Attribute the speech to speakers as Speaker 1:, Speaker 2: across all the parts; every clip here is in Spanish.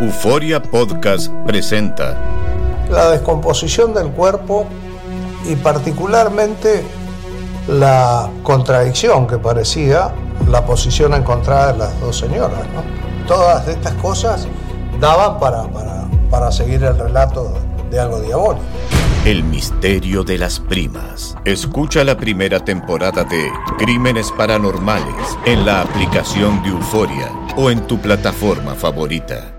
Speaker 1: Euforia Podcast presenta
Speaker 2: la descomposición del cuerpo y particularmente la contradicción que parecía la posición encontrada de las dos señoras. ¿no? Todas estas cosas daban para, para, para seguir el relato de algo diabólico.
Speaker 1: El misterio de las primas. Escucha la primera temporada de Crímenes Paranormales en la aplicación de Euforia o en tu plataforma favorita.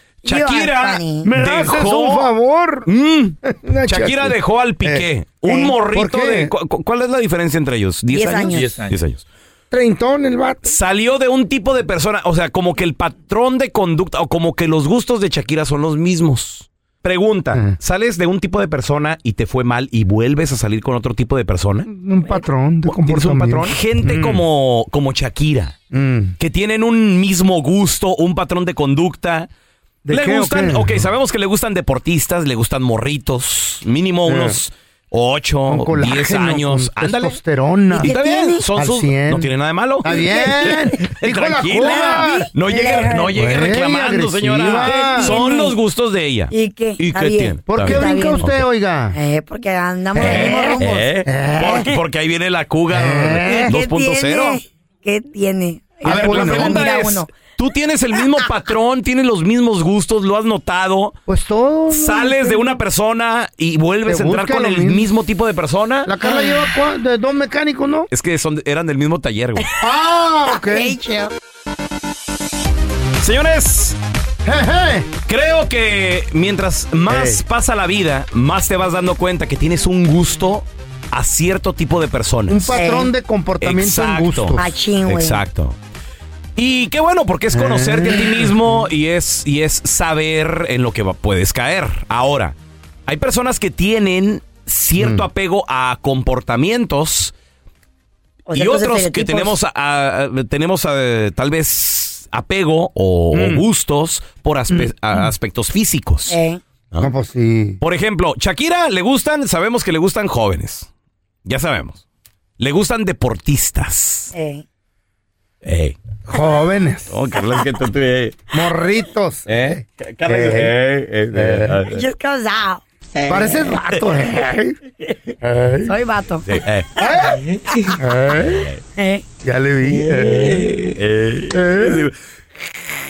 Speaker 3: Shakira
Speaker 4: ¿Me haces un
Speaker 3: dejó, Mm.
Speaker 4: favor?
Speaker 3: Shakira dejó al Piqué.
Speaker 4: Eh,
Speaker 3: un
Speaker 4: eh,
Speaker 3: morrito
Speaker 4: ¿por qué?
Speaker 3: de. cu- cu- ¿Cuál es la diferencia entre ellos? ¿10
Speaker 5: Diez
Speaker 3: años?
Speaker 5: años.
Speaker 3: 10
Speaker 5: Diez
Speaker 3: años.
Speaker 4: Treintón el vato.
Speaker 3: Salió de un tipo de persona, o sea, como que el patrón de conducta o como que los gustos de Shakira son los mismos. Pregunta,
Speaker 4: Ajá.
Speaker 3: ¿sales de un tipo de persona y te fue mal y vuelves a salir con otro tipo de persona?
Speaker 4: Un patrón de
Speaker 3: ¿Tienes un
Speaker 4: comportamiento.
Speaker 3: patrón? Gente como, como Shakira,
Speaker 4: Mm.
Speaker 3: que tienen un mismo gusto, un patrón de conducta.
Speaker 4: ¿De
Speaker 3: le
Speaker 4: qué o
Speaker 3: gustan,
Speaker 4: qué?
Speaker 3: ok, sabemos que le gustan deportistas, le gustan morritos, mínimo
Speaker 4: Eh.
Speaker 3: unos 8,
Speaker 4: Con
Speaker 3: 10
Speaker 4: colágeno,
Speaker 3: años.
Speaker 4: con
Speaker 3: Ándale.
Speaker 4: testosterona.
Speaker 3: Y
Speaker 5: ¿Qué
Speaker 3: está bien,
Speaker 5: tiene?
Speaker 3: son
Speaker 4: Al
Speaker 3: sus-
Speaker 4: 100.
Speaker 3: no tiene nada de malo.
Speaker 4: Está bien. Dijo la
Speaker 3: Tranquila.
Speaker 4: joda.
Speaker 3: No llegue, no
Speaker 4: Güey,
Speaker 3: llegue reclamando,
Speaker 4: agresiva.
Speaker 3: señora.
Speaker 4: ¿Qué
Speaker 3: Son
Speaker 5: tiene?
Speaker 3: los gustos de ella.
Speaker 5: ¿Y qué?
Speaker 3: ¿Y
Speaker 5: Está
Speaker 3: qué
Speaker 5: bien.
Speaker 3: tiene?
Speaker 4: ¿Por
Speaker 3: Está
Speaker 4: qué
Speaker 3: bien.
Speaker 5: bien.
Speaker 4: brinca usted, oiga?
Speaker 5: Eh, porque andamos en el mismo
Speaker 3: Eh,
Speaker 5: rumbo.
Speaker 3: eh, porque, porque ahí viene la cuga
Speaker 4: Eh.
Speaker 5: ¿Qué
Speaker 3: 2.0.
Speaker 5: tiene? ¿Qué tiene?
Speaker 3: A ver, la
Speaker 4: bueno.
Speaker 3: pregunta
Speaker 5: Mira
Speaker 3: es,
Speaker 5: uno.
Speaker 3: tú tienes el mismo patrón, tienes los mismos gustos, lo has notado,
Speaker 4: Pues todo. ¿no?
Speaker 3: sales de una persona y vuelves
Speaker 4: Te
Speaker 3: a entrar
Speaker 4: busca
Speaker 3: con
Speaker 4: lo
Speaker 3: el
Speaker 4: mismo.
Speaker 3: mismo tipo de persona.
Speaker 4: La Carla lleva cua- de dos mecánicos, ¿no?
Speaker 3: Es que son, eran del mismo taller, güey.
Speaker 4: Ah, ok.
Speaker 5: Hey,
Speaker 4: Jeje.
Speaker 5: chef.
Speaker 3: Señores, creo que mientras más
Speaker 4: Ey.
Speaker 3: pasa la vida, más te vas dando cuenta que tienes un gusto a cierto tipo de personas.
Speaker 4: Un patrón de comportamiento en gustos.
Speaker 5: Machín, güey.
Speaker 3: Exacto. Y qué bueno, porque es conocerte a ti mismo y es, y es saber en lo que va- puedes caer. Ahora, hay personas que tienen cierto apego a comportamientos
Speaker 5: O
Speaker 3: y
Speaker 5: sea, los
Speaker 3: otros que
Speaker 5: estereotipos.
Speaker 3: tenemos, a- a- a- tenemos eh, tal vez apego o, o gustos por aspe- a- aspectos físicos.
Speaker 5: Eh,
Speaker 3: Ah.
Speaker 4: No, pues sí.
Speaker 3: Por ejemplo, Shakira le gustan, sabemos que le gustan jóvenes. Ya sabemos. Le gustan deportistas.
Speaker 5: eh.
Speaker 3: Ey.
Speaker 4: Jóvenes.
Speaker 3: Oh, Carlos, que tú te-
Speaker 4: Morritos.
Speaker 3: ¿Eh?
Speaker 5: Just goes out.
Speaker 4: Pareces rato, eh. Eh,
Speaker 5: Soy vato.
Speaker 3: Sí, eh.
Speaker 4: eh,
Speaker 5: Eh.
Speaker 4: Ya le vi. eh. Eh.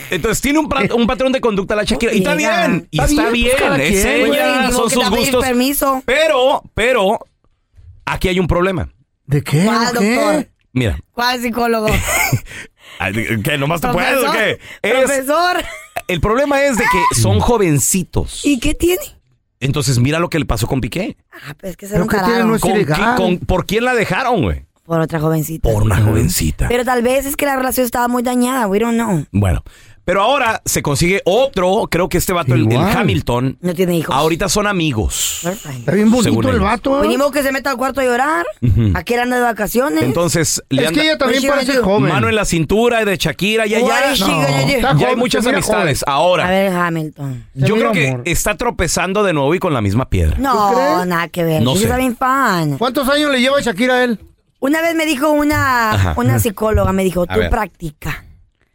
Speaker 3: Entonces tiene un, pat- un patrón de conducta la Shakira. Y está
Speaker 5: Mira.
Speaker 3: bien. Y
Speaker 4: Está
Speaker 3: está
Speaker 4: bien, pues,
Speaker 3: bien.
Speaker 4: cada
Speaker 3: Es
Speaker 4: quien, güey.
Speaker 3: ella,
Speaker 5: Ni modo
Speaker 3: son
Speaker 5: que te
Speaker 3: sus
Speaker 5: va a pedir
Speaker 3: gustos.
Speaker 5: permiso.
Speaker 3: Pero, pero, aquí hay un problema.
Speaker 4: ¿De qué?
Speaker 5: ¿Cuál,
Speaker 4: ¿O qué?
Speaker 5: doctor?
Speaker 3: Mira.
Speaker 5: ¿Cuál psicólogo?
Speaker 3: ¿Qué? ¿Nomás te puedes o
Speaker 5: ¿Profesor?
Speaker 3: qué? Es-
Speaker 5: ¿Profesor?
Speaker 3: el problema es de que son jovencitos.
Speaker 5: ¿Y qué tiene?
Speaker 3: Entonces mira lo que le pasó con Piqué.
Speaker 5: Ah, pues es que ser
Speaker 4: ¿Pero
Speaker 5: un
Speaker 4: qué tiene?
Speaker 5: tarado.
Speaker 4: No es
Speaker 3: ¿Con
Speaker 4: ilegal.
Speaker 3: qui- con- ¿Por quién la dejaron, güey?
Speaker 5: Por otra jovencita.
Speaker 3: Por una jovencita.
Speaker 5: Pero tal vez es que la relación estaba muy dañada. We don't know.
Speaker 3: Bueno, pero ahora se consigue otro, creo que este vato, el, el
Speaker 4: Igual.
Speaker 3: Hamilton,
Speaker 5: No tiene hijos. ¿Eh?
Speaker 3: ahorita son amigos.
Speaker 5: We're fine.
Speaker 4: Está bien
Speaker 3: Según
Speaker 4: bonito el
Speaker 3: ellos.
Speaker 4: vato. ¿eh?
Speaker 5: Venimos que se meta al cuarto a llorar. Aquí él anda de vacaciones.
Speaker 3: Entonces, le
Speaker 4: Es que
Speaker 3: anda
Speaker 4: ella también
Speaker 5: Oye,
Speaker 4: parece
Speaker 5: oye,
Speaker 4: joven.
Speaker 3: mano en la cintura de Shakira, ya,
Speaker 5: What
Speaker 3: ya,
Speaker 5: is she
Speaker 3: ya
Speaker 5: gonna do?
Speaker 4: está
Speaker 3: hay
Speaker 4: joven,
Speaker 3: muchas
Speaker 4: se mira
Speaker 3: amistades.
Speaker 5: A
Speaker 3: Ahora,
Speaker 5: ver, Hamilton.
Speaker 4: Se
Speaker 3: yo
Speaker 4: mira,
Speaker 3: creo que
Speaker 4: amor.
Speaker 3: está tropezando de nuevo y con la misma piedra.
Speaker 5: No,
Speaker 4: crees?
Speaker 5: nada que ver.
Speaker 3: No
Speaker 5: She's
Speaker 3: sé.
Speaker 5: having fun.
Speaker 4: ¿Cuántos años le lleva Shakira a él?
Speaker 5: Una vez me dijo una,
Speaker 3: Ajá.
Speaker 5: una psicóloga, me dijo,
Speaker 3: A
Speaker 5: tú
Speaker 3: ver.
Speaker 5: practica.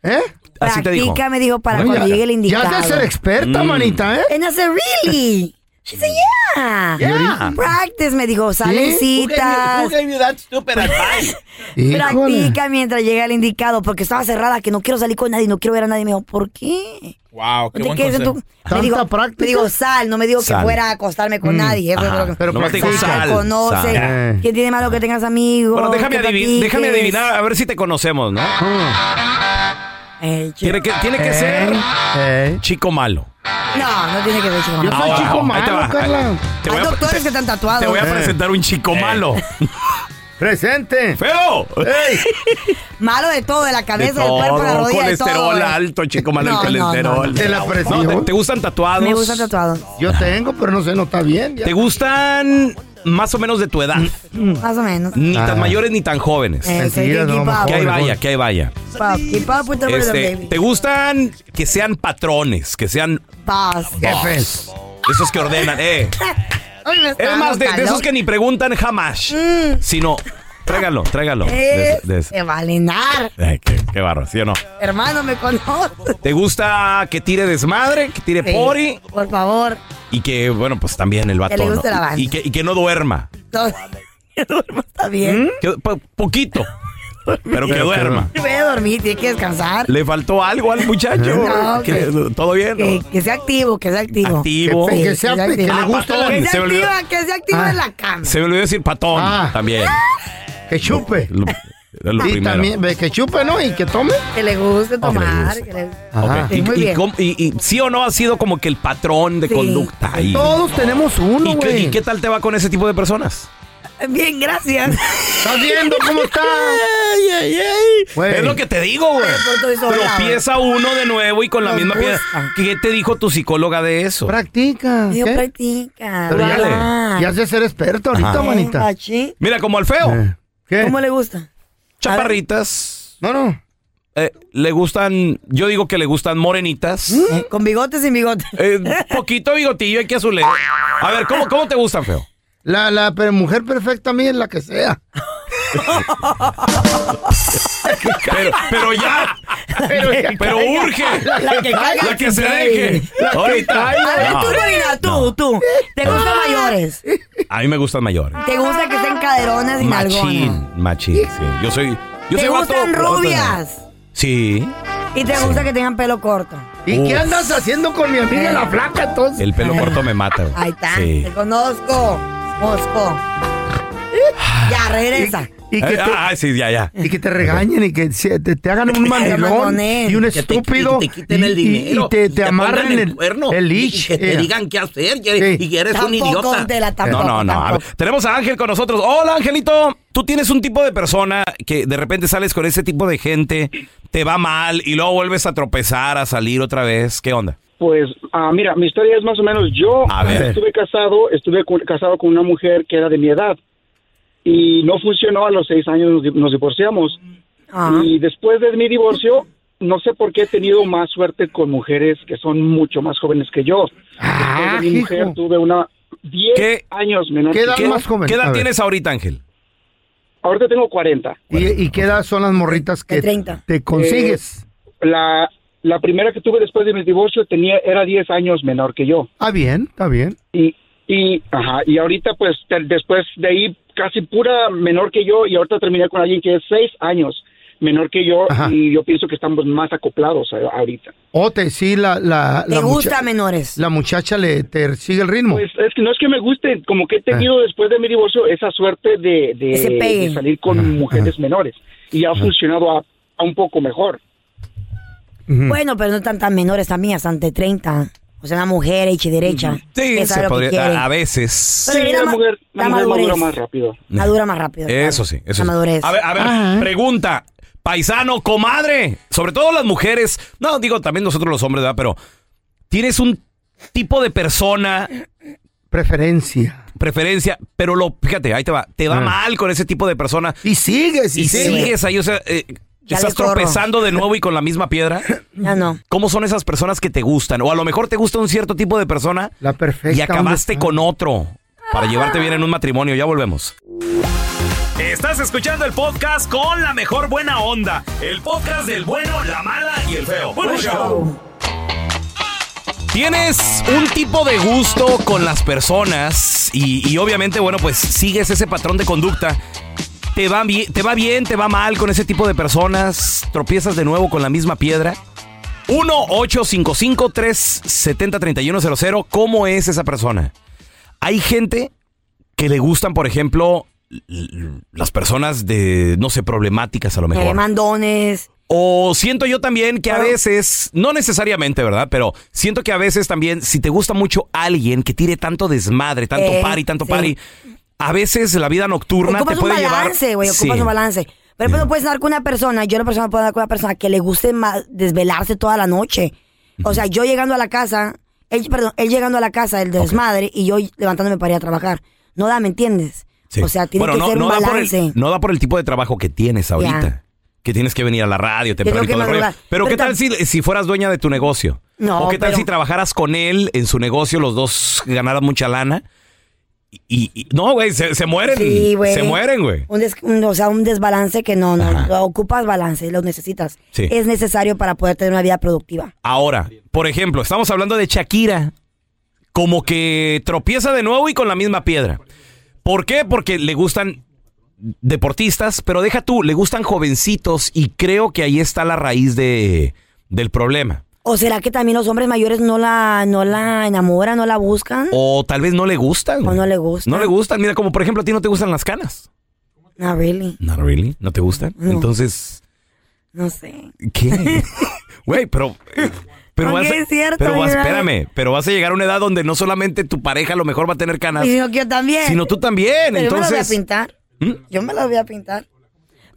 Speaker 4: ¿Eh?
Speaker 3: Así te dijo.
Speaker 5: Practica, me dijo, para
Speaker 4: Oye,
Speaker 5: cuando llegue el
Speaker 4: ya
Speaker 5: indicado.
Speaker 4: has de ser experta,
Speaker 3: Mm.
Speaker 4: manita, ¿eh?
Speaker 5: And I said, really? She said,
Speaker 3: Mm.
Speaker 5: yeah.
Speaker 3: Yeah.
Speaker 5: Practice, me dijo, salen
Speaker 4: ¿Sí?
Speaker 5: citas.
Speaker 4: Híjole.
Speaker 5: Eh, Practica mientras llega el indicado, porque estaba cerrada, que no quiero salir con nadie, no quiero ver a nadie. Me dijo, ¿por qué?
Speaker 3: Wow,
Speaker 5: No te quedes en tu-
Speaker 4: ¿Tanta
Speaker 5: Me dijo,
Speaker 4: práctica?
Speaker 5: me dijo, sal, no me digo
Speaker 3: Sal.
Speaker 5: que fuera a acostarme con nadie. eh, fue
Speaker 3: ajá.
Speaker 5: lo que-
Speaker 3: Pero Nomás te digo,
Speaker 5: Saca,
Speaker 3: sal,
Speaker 5: conoce.
Speaker 4: sal.
Speaker 5: ¿Quién tiene malo que tengas amigos?
Speaker 3: Bueno, déjame,
Speaker 5: que
Speaker 3: adivi-
Speaker 5: platiques?
Speaker 3: déjame adivinar, a ver si te conocemos, ¿no?
Speaker 5: Eh, chico.
Speaker 3: Tiene que, tiene que ser
Speaker 4: Eh.
Speaker 3: chico malo.
Speaker 5: No, no tiene que ver, chico.
Speaker 4: Yo
Speaker 5: No.
Speaker 4: soy
Speaker 3: Ahora,
Speaker 4: chico
Speaker 3: ahí te
Speaker 4: malo,
Speaker 3: va.
Speaker 4: Carla. Eh.
Speaker 3: Te
Speaker 5: Hay
Speaker 3: voy a-
Speaker 5: doctores que están
Speaker 3: Te
Speaker 5: tatuados.
Speaker 3: voy a presentar un chico malo.
Speaker 4: Presente.
Speaker 3: ¡Feo!
Speaker 4: ¡Ey!
Speaker 5: Malo de todo, de la cabeza, del
Speaker 3: De
Speaker 5: cuerpo, de la
Speaker 3: todo,
Speaker 5: rodilla, de todo.
Speaker 3: colesterol
Speaker 5: güey.
Speaker 3: alto, chico, mal el
Speaker 5: No, no, no,
Speaker 3: colesterol.
Speaker 5: no.
Speaker 4: De la presión.
Speaker 3: No, ¿te, te gustan tatuados?
Speaker 5: Me gusta tatuado,
Speaker 4: Yo tengo, pero no sé, no está bien. ya.
Speaker 3: ¿Te gustan más o menos de tu edad?
Speaker 5: más o menos.
Speaker 3: Ni
Speaker 4: Ah.
Speaker 3: tan mayores ni tan jóvenes.
Speaker 5: Eh,
Speaker 4: Mentiras,
Speaker 5: que- que
Speaker 4: no,
Speaker 5: keep
Speaker 4: mejor.
Speaker 5: up,
Speaker 3: Que ahí
Speaker 4: pobre,
Speaker 3: vaya,
Speaker 4: pobre.
Speaker 3: que ahí vaya.
Speaker 5: keep up, keep up with the rhythm,
Speaker 3: Este,
Speaker 5: baby.
Speaker 3: ¿Te gustan que sean patrones? Que sean
Speaker 5: Boss.
Speaker 4: Jefes.
Speaker 3: esos que ordenan. Eh.
Speaker 5: Ay, me está
Speaker 3: Es más, de, de
Speaker 5: dando
Speaker 3: esos
Speaker 5: calor. Mm.
Speaker 3: que ni preguntan jamás. Sino, tráigalo, tráigalo. De-
Speaker 5: Es-
Speaker 3: de-
Speaker 5: Se va a alinear.
Speaker 3: Ay, qué, qué barro, ¿sí o no?
Speaker 5: Hermano, me conoce.
Speaker 3: ¿Te gusta que tire desmadre, que tire pori?
Speaker 5: Por favor.
Speaker 3: Y que, bueno, pues también el vato.
Speaker 5: le guste
Speaker 3: ¿no?
Speaker 5: la banda.
Speaker 3: Y, que, y que no duerma.
Speaker 5: No, duermo, está bien.
Speaker 3: Que po- poquito. pero que
Speaker 4: Pero que
Speaker 3: duerma.
Speaker 5: Voy a dormir, tiene que descansar.
Speaker 3: ¿Le faltó algo al muchacho?
Speaker 5: No,
Speaker 3: Que- ¿Todo bien?
Speaker 5: Que, que sea activo, que sea activo.
Speaker 3: Activo.
Speaker 4: Que,
Speaker 5: Sí,
Speaker 4: que sea,
Speaker 5: ya
Speaker 4: pe- que
Speaker 5: te-
Speaker 4: le
Speaker 5: Ah,
Speaker 4: guste la-
Speaker 5: Que
Speaker 3: patón. Se
Speaker 5: sea
Speaker 3: me olvidó.
Speaker 5: activa, que sea activa
Speaker 4: Ah.
Speaker 5: en la cama.
Speaker 3: Se me olvidó decir patón
Speaker 4: Ah.
Speaker 3: también.
Speaker 4: Que chupe.
Speaker 3: Lo- era lo
Speaker 4: y
Speaker 3: primero.
Speaker 4: también, ve, que chupe, ¿no? Y que tome.
Speaker 5: Que le guste tomar.
Speaker 3: guste.
Speaker 5: que le-
Speaker 3: Ok.
Speaker 4: Ajá.
Speaker 5: Sí,
Speaker 3: Y-
Speaker 5: muy
Speaker 3: y,
Speaker 5: bien.
Speaker 3: cómo- y- y sí o no ha sido como que el patrón de
Speaker 5: Sí.
Speaker 3: conducta ahí.
Speaker 4: Todos tenemos uno,
Speaker 3: ¿Y, qué,
Speaker 4: güey.
Speaker 3: y qué tal te va con ese tipo de personas?
Speaker 5: Bien, gracias.
Speaker 4: ¿Estás viendo cómo está? Güey.
Speaker 3: Es lo que te digo, güey.
Speaker 5: pronto es hora,
Speaker 3: Tropieza uno de nuevo y con la
Speaker 5: Nos
Speaker 3: misma piedra.
Speaker 5: gusta.
Speaker 3: ¿Qué te dijo tu psicóloga de eso?
Speaker 4: Practica.
Speaker 5: Yo
Speaker 4: ¿qué?
Speaker 5: practica.
Speaker 4: ¿eh? Pero ya,
Speaker 5: Ah.
Speaker 4: le- ya has de ser experto ahorita,
Speaker 3: Ajá.
Speaker 4: manita.
Speaker 5: Eh, machín.
Speaker 3: Mira, como al feo.
Speaker 4: Eh, ¿Qué?
Speaker 5: ¿Cómo le gusta?
Speaker 3: Chaparritas.
Speaker 4: No, no.
Speaker 3: eh, le gustan, yo digo que le gustan morenitas.
Speaker 5: Eh, ¿Con bigote sin bigote?
Speaker 3: Eh, poquito bigotillo, hay que azulear. A ver, ¿cómo, cómo te gustan, feo?
Speaker 4: La, la per- mujer perfecta a mí es la que sea.
Speaker 3: Pero, pero ya,
Speaker 4: Pero, ya-
Speaker 3: pero urge.
Speaker 5: La que caiga.
Speaker 3: La que se
Speaker 5: Ey.
Speaker 3: deje. Ahorita. Ah.
Speaker 5: A ver, tú, Marina, tú, tú. ¿Te gustan mayores?
Speaker 3: A mí me gustan mayores.
Speaker 5: ¿Te gusta que estén caderonas y nalgonas?
Speaker 3: Machín, machín, sí. Yo soy. Yo
Speaker 5: ¿Te
Speaker 3: soy vato-
Speaker 5: gustan
Speaker 3: vato-
Speaker 5: rubias?
Speaker 3: Sí.
Speaker 5: ¿Y te gusta que tengan pelo corto?
Speaker 4: ¿Y qué
Speaker 3: Uf.
Speaker 4: andas haciendo con mi amiga la flaca entonces?
Speaker 3: El pelo corto me mata. güey.
Speaker 5: Ahí está,
Speaker 3: Sí.
Speaker 5: te conozco, Mosco. Ya, regresa.
Speaker 4: Y que,
Speaker 3: Eh,
Speaker 4: te,
Speaker 3: ah, sí, ya, ya.
Speaker 4: y que te regañen y que se- te, te hagan un mandilón
Speaker 5: mangonen.
Speaker 4: y un
Speaker 6: Que te-
Speaker 4: estúpido
Speaker 6: que te quiten el
Speaker 4: y- y-
Speaker 6: dinero.
Speaker 4: y te, te
Speaker 6: pongan
Speaker 4: amarren el,
Speaker 6: cuerno.
Speaker 4: el
Speaker 6: y-
Speaker 4: leash,
Speaker 6: Y que te
Speaker 4: eh.
Speaker 6: digan qué hacer. que eres-
Speaker 4: Sí.
Speaker 6: Y que eres un
Speaker 5: Tampoco,
Speaker 6: idiota.
Speaker 5: de la
Speaker 3: No,
Speaker 5: tampoco,
Speaker 3: no, no. A ver,
Speaker 5: tampoco.
Speaker 3: tenemos a Ángel con nosotros. Hola, Angelito. Tú tienes un tipo de persona que de repente sales con ese tipo de gente, te va mal y luego vuelves a tropezar, a salir otra vez. ¿Qué onda?
Speaker 7: Pues, ah, mira, mi historia es más o menos, yo
Speaker 3: A ver.
Speaker 7: estuve casado, estuve cu- casado con una mujer que era de mi edad y no funcionó, a los seis años nos, di- nos divorciamos
Speaker 5: Ah,
Speaker 7: y después de mi divorcio, no sé por qué he tenido más suerte con mujeres que son mucho más jóvenes que yo.
Speaker 4: Ah,
Speaker 7: Después de mi
Speaker 4: hijo.
Speaker 7: mujer tuve una 10
Speaker 3: ¿Qué-
Speaker 7: años menor.
Speaker 4: qué
Speaker 7: que
Speaker 4: edad
Speaker 7: yo.
Speaker 4: más joven?
Speaker 3: ¿Qué
Speaker 4: A
Speaker 3: edad
Speaker 4: ver.
Speaker 3: tienes ahorita, Ángel?
Speaker 7: Ahorita tengo 40.
Speaker 4: ¿Y, y qué edad son las morritas que
Speaker 5: De 30.
Speaker 4: te consigues?
Speaker 7: La, la primera que tuve después de mi divorcio tenía era 10 años menor que yo.
Speaker 4: Ah, bien, está bien.
Speaker 7: y y ajá y ahorita pues te- después de ahí casi pura menor que yo y ahorita terminé con alguien que es seis años menor que yo
Speaker 4: Ajá.
Speaker 7: y yo pienso que estamos más acoplados a- ahorita
Speaker 4: O te sí la la
Speaker 5: ¿Te
Speaker 4: la, mucha-
Speaker 5: gusta menores?
Speaker 4: la muchacha le te sigue el ritmo.
Speaker 7: pues es que no es que me guste como que he tenido después de mi divorcio esa suerte de, de-
Speaker 5: Que se pegue.
Speaker 7: de salir con mujeres menores y ha funcionado a, a un poco mejor
Speaker 4: Ujú.
Speaker 5: Bueno, pero no tan, tan menores también, hasta ante 30. O sea, una mujer hecha y derecha. que sabe
Speaker 3: Sí, se
Speaker 5: lo que
Speaker 3: podría-
Speaker 5: quiere.
Speaker 3: a, a veces.
Speaker 5: Pero
Speaker 7: Sí,
Speaker 5: era
Speaker 7: la
Speaker 5: ma-
Speaker 7: mujer, la
Speaker 5: la
Speaker 7: mujer madura
Speaker 5: madurez.
Speaker 7: más rápido
Speaker 5: Madura más rápido. claro.
Speaker 3: Eso sí, eso
Speaker 5: La
Speaker 3: sí.
Speaker 5: madurez.
Speaker 3: A ver, a ver,
Speaker 4: Ajá.
Speaker 3: pregunta. Paisano, comadre, sobre todo las mujeres, no, digo también nosotros los hombres, ¿verdad? Pero tienes un tipo de persona,
Speaker 4: Preferencia.
Speaker 3: preferencia, pero lo, fíjate, ahí te va, te va
Speaker 4: Ah.
Speaker 3: mal con ese tipo de persona
Speaker 4: Y sigues, y,
Speaker 3: y
Speaker 4: sigues.
Speaker 3: sigues ahí, o sea, eh,
Speaker 5: Ya
Speaker 3: estás
Speaker 5: le corro.
Speaker 3: tropezando de nuevo y con la misma piedra.
Speaker 5: Ya no.
Speaker 3: ¿Cómo son esas personas que te gustan? O a lo mejor te gusta un cierto tipo de persona
Speaker 4: La perfecta.
Speaker 3: y acabaste
Speaker 4: hombre.
Speaker 3: con otro para llevarte bien en un matrimonio. Ya volvemos. Estás escuchando el podcast con la mejor buena onda. El podcast del bueno, la mala y el feo. Tienes un tipo de gusto con las personas y, y obviamente, bueno, pues sigues ese patrón de conducta. Te va, bien, te va bien, te va mal con ese tipo de personas. Tropiezas de nuevo con la misma piedra. 1-855-370-3100. ¿Cómo es esa persona? Hay gente que le gustan, por ejemplo, l- l- las personas de, no sé, problemáticas a lo
Speaker 5: Eh,
Speaker 3: mejor.
Speaker 5: mandones.
Speaker 3: O siento yo también que a
Speaker 5: Claro.
Speaker 3: veces, no necesariamente, ¿verdad? Pero siento que a veces también, si te gusta mucho alguien que tire tanto desmadre, tanto
Speaker 5: Eh,
Speaker 3: party, tanto
Speaker 5: sí.
Speaker 3: party, a veces la vida nocturna te
Speaker 5: Ocupas un
Speaker 3: puede llevar.
Speaker 5: balance, güey, ocupas
Speaker 3: Sí.
Speaker 5: un balance. Pero después puedes andar con una persona, yo la persona puedo andar con una persona que le guste más desvelarse toda la noche. O sea, yo llegando a la casa, él, perdón, él llegando a la casa, el desmadre, y yo levantándome para ir a trabajar. No da, ¿me entiendes?
Speaker 3: Sí.
Speaker 5: O sea, tiene
Speaker 3: Bueno,
Speaker 5: que
Speaker 3: no,
Speaker 5: ser
Speaker 3: no
Speaker 5: un
Speaker 3: da por
Speaker 5: balance.
Speaker 3: el, no da por el tipo de trabajo que tienes ahorita.
Speaker 5: Ya.
Speaker 3: Que tienes que venir a la radio temprano
Speaker 5: tengo
Speaker 3: y todo
Speaker 5: que
Speaker 3: el rollo.
Speaker 5: madrugar.
Speaker 3: Pero,
Speaker 5: Pero
Speaker 3: ¿qué tal
Speaker 5: tam-
Speaker 3: si, si fueras dueña de tu negocio?
Speaker 5: No,
Speaker 3: ¿O qué tal
Speaker 5: pero-
Speaker 3: si trabajaras con él en su negocio, los dos ganaran mucha lana? Y, y- no, güey, se, se mueren.
Speaker 5: Sí, güey.
Speaker 3: Se mueren, güey.
Speaker 5: Un des- un- o sea, un desbalance que no, no,
Speaker 3: Ajá.
Speaker 5: no, ocupas balance, lo necesitas.
Speaker 3: Sí.
Speaker 5: Es necesario para poder tener una vida productiva.
Speaker 3: Ahora, por ejemplo, estamos hablando de Shakira. Como que tropieza de nuevo y con la misma piedra. ¿Por qué? Porque le gustan deportistas, pero deja tú, le gustan jovencitos y creo que ahí está la raíz de, del problema.
Speaker 5: ¿O será que también los hombres mayores no la, no la enamoran, no la buscan?
Speaker 3: O tal vez no le gustan.
Speaker 5: O
Speaker 3: güey.
Speaker 5: no le gustan.
Speaker 3: No le gustan. Mira, como por ejemplo a ti no te gustan las canas.
Speaker 5: No, really.
Speaker 3: No, really. ¿No te gustan?
Speaker 5: No.
Speaker 3: Entonces,
Speaker 5: No sé.
Speaker 3: ¿qué? Güey, pero... Pero,
Speaker 5: Ok,
Speaker 3: vas, a-
Speaker 5: es cierto,
Speaker 3: pero vas-
Speaker 5: you're right.
Speaker 3: espérame, pero vas a llegar a una edad donde no solamente tu pareja a lo mejor va a tener canas,
Speaker 5: Y digo que yo también.
Speaker 3: sino tú también.
Speaker 5: Pero yo me las voy a
Speaker 3: Entonces,
Speaker 5: pintar.
Speaker 3: ¿Mm?
Speaker 5: Yo me las voy a pintar.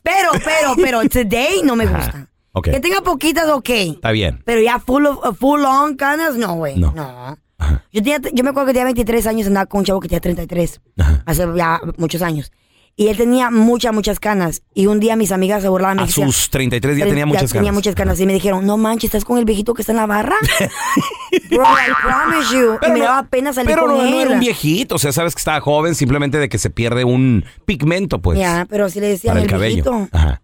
Speaker 5: Pero, pero, pero, today no me
Speaker 3: Ajá.
Speaker 5: gusta.
Speaker 3: Ok.
Speaker 5: Que tenga poquitas, ok.
Speaker 3: está bien.
Speaker 5: Pero ya full, of- uh, full on canas, no, güey.
Speaker 3: No.
Speaker 5: No.
Speaker 3: Ajá.
Speaker 5: Yo, tenía, yo me acuerdo que tenía 23 años, andaba con un chavo que tenía 33.
Speaker 3: Ajá.
Speaker 5: Hace ya muchos años. Y él tenía muchas, muchas canas. Y un día mis amigas se burlaban. me
Speaker 3: A
Speaker 5: decían,
Speaker 3: sus 33 ya
Speaker 5: "Tres-
Speaker 3: tenía muchas
Speaker 5: tenía
Speaker 3: canas.
Speaker 5: muchas canas. Y me dijeron, no manches, ¿estás con el viejito que está en la barra? Bro, I promise you. y me
Speaker 3: no-
Speaker 5: daba pena salir
Speaker 3: pero
Speaker 5: con
Speaker 3: no,
Speaker 5: él.
Speaker 3: no era un viejito, o sea, sabes que estaba joven, simplemente de que se pierde un pigmento, pues,
Speaker 5: Ya, pero sí le decían
Speaker 3: para
Speaker 5: el,
Speaker 3: el cabello.
Speaker 5: viejito.
Speaker 3: Ajá.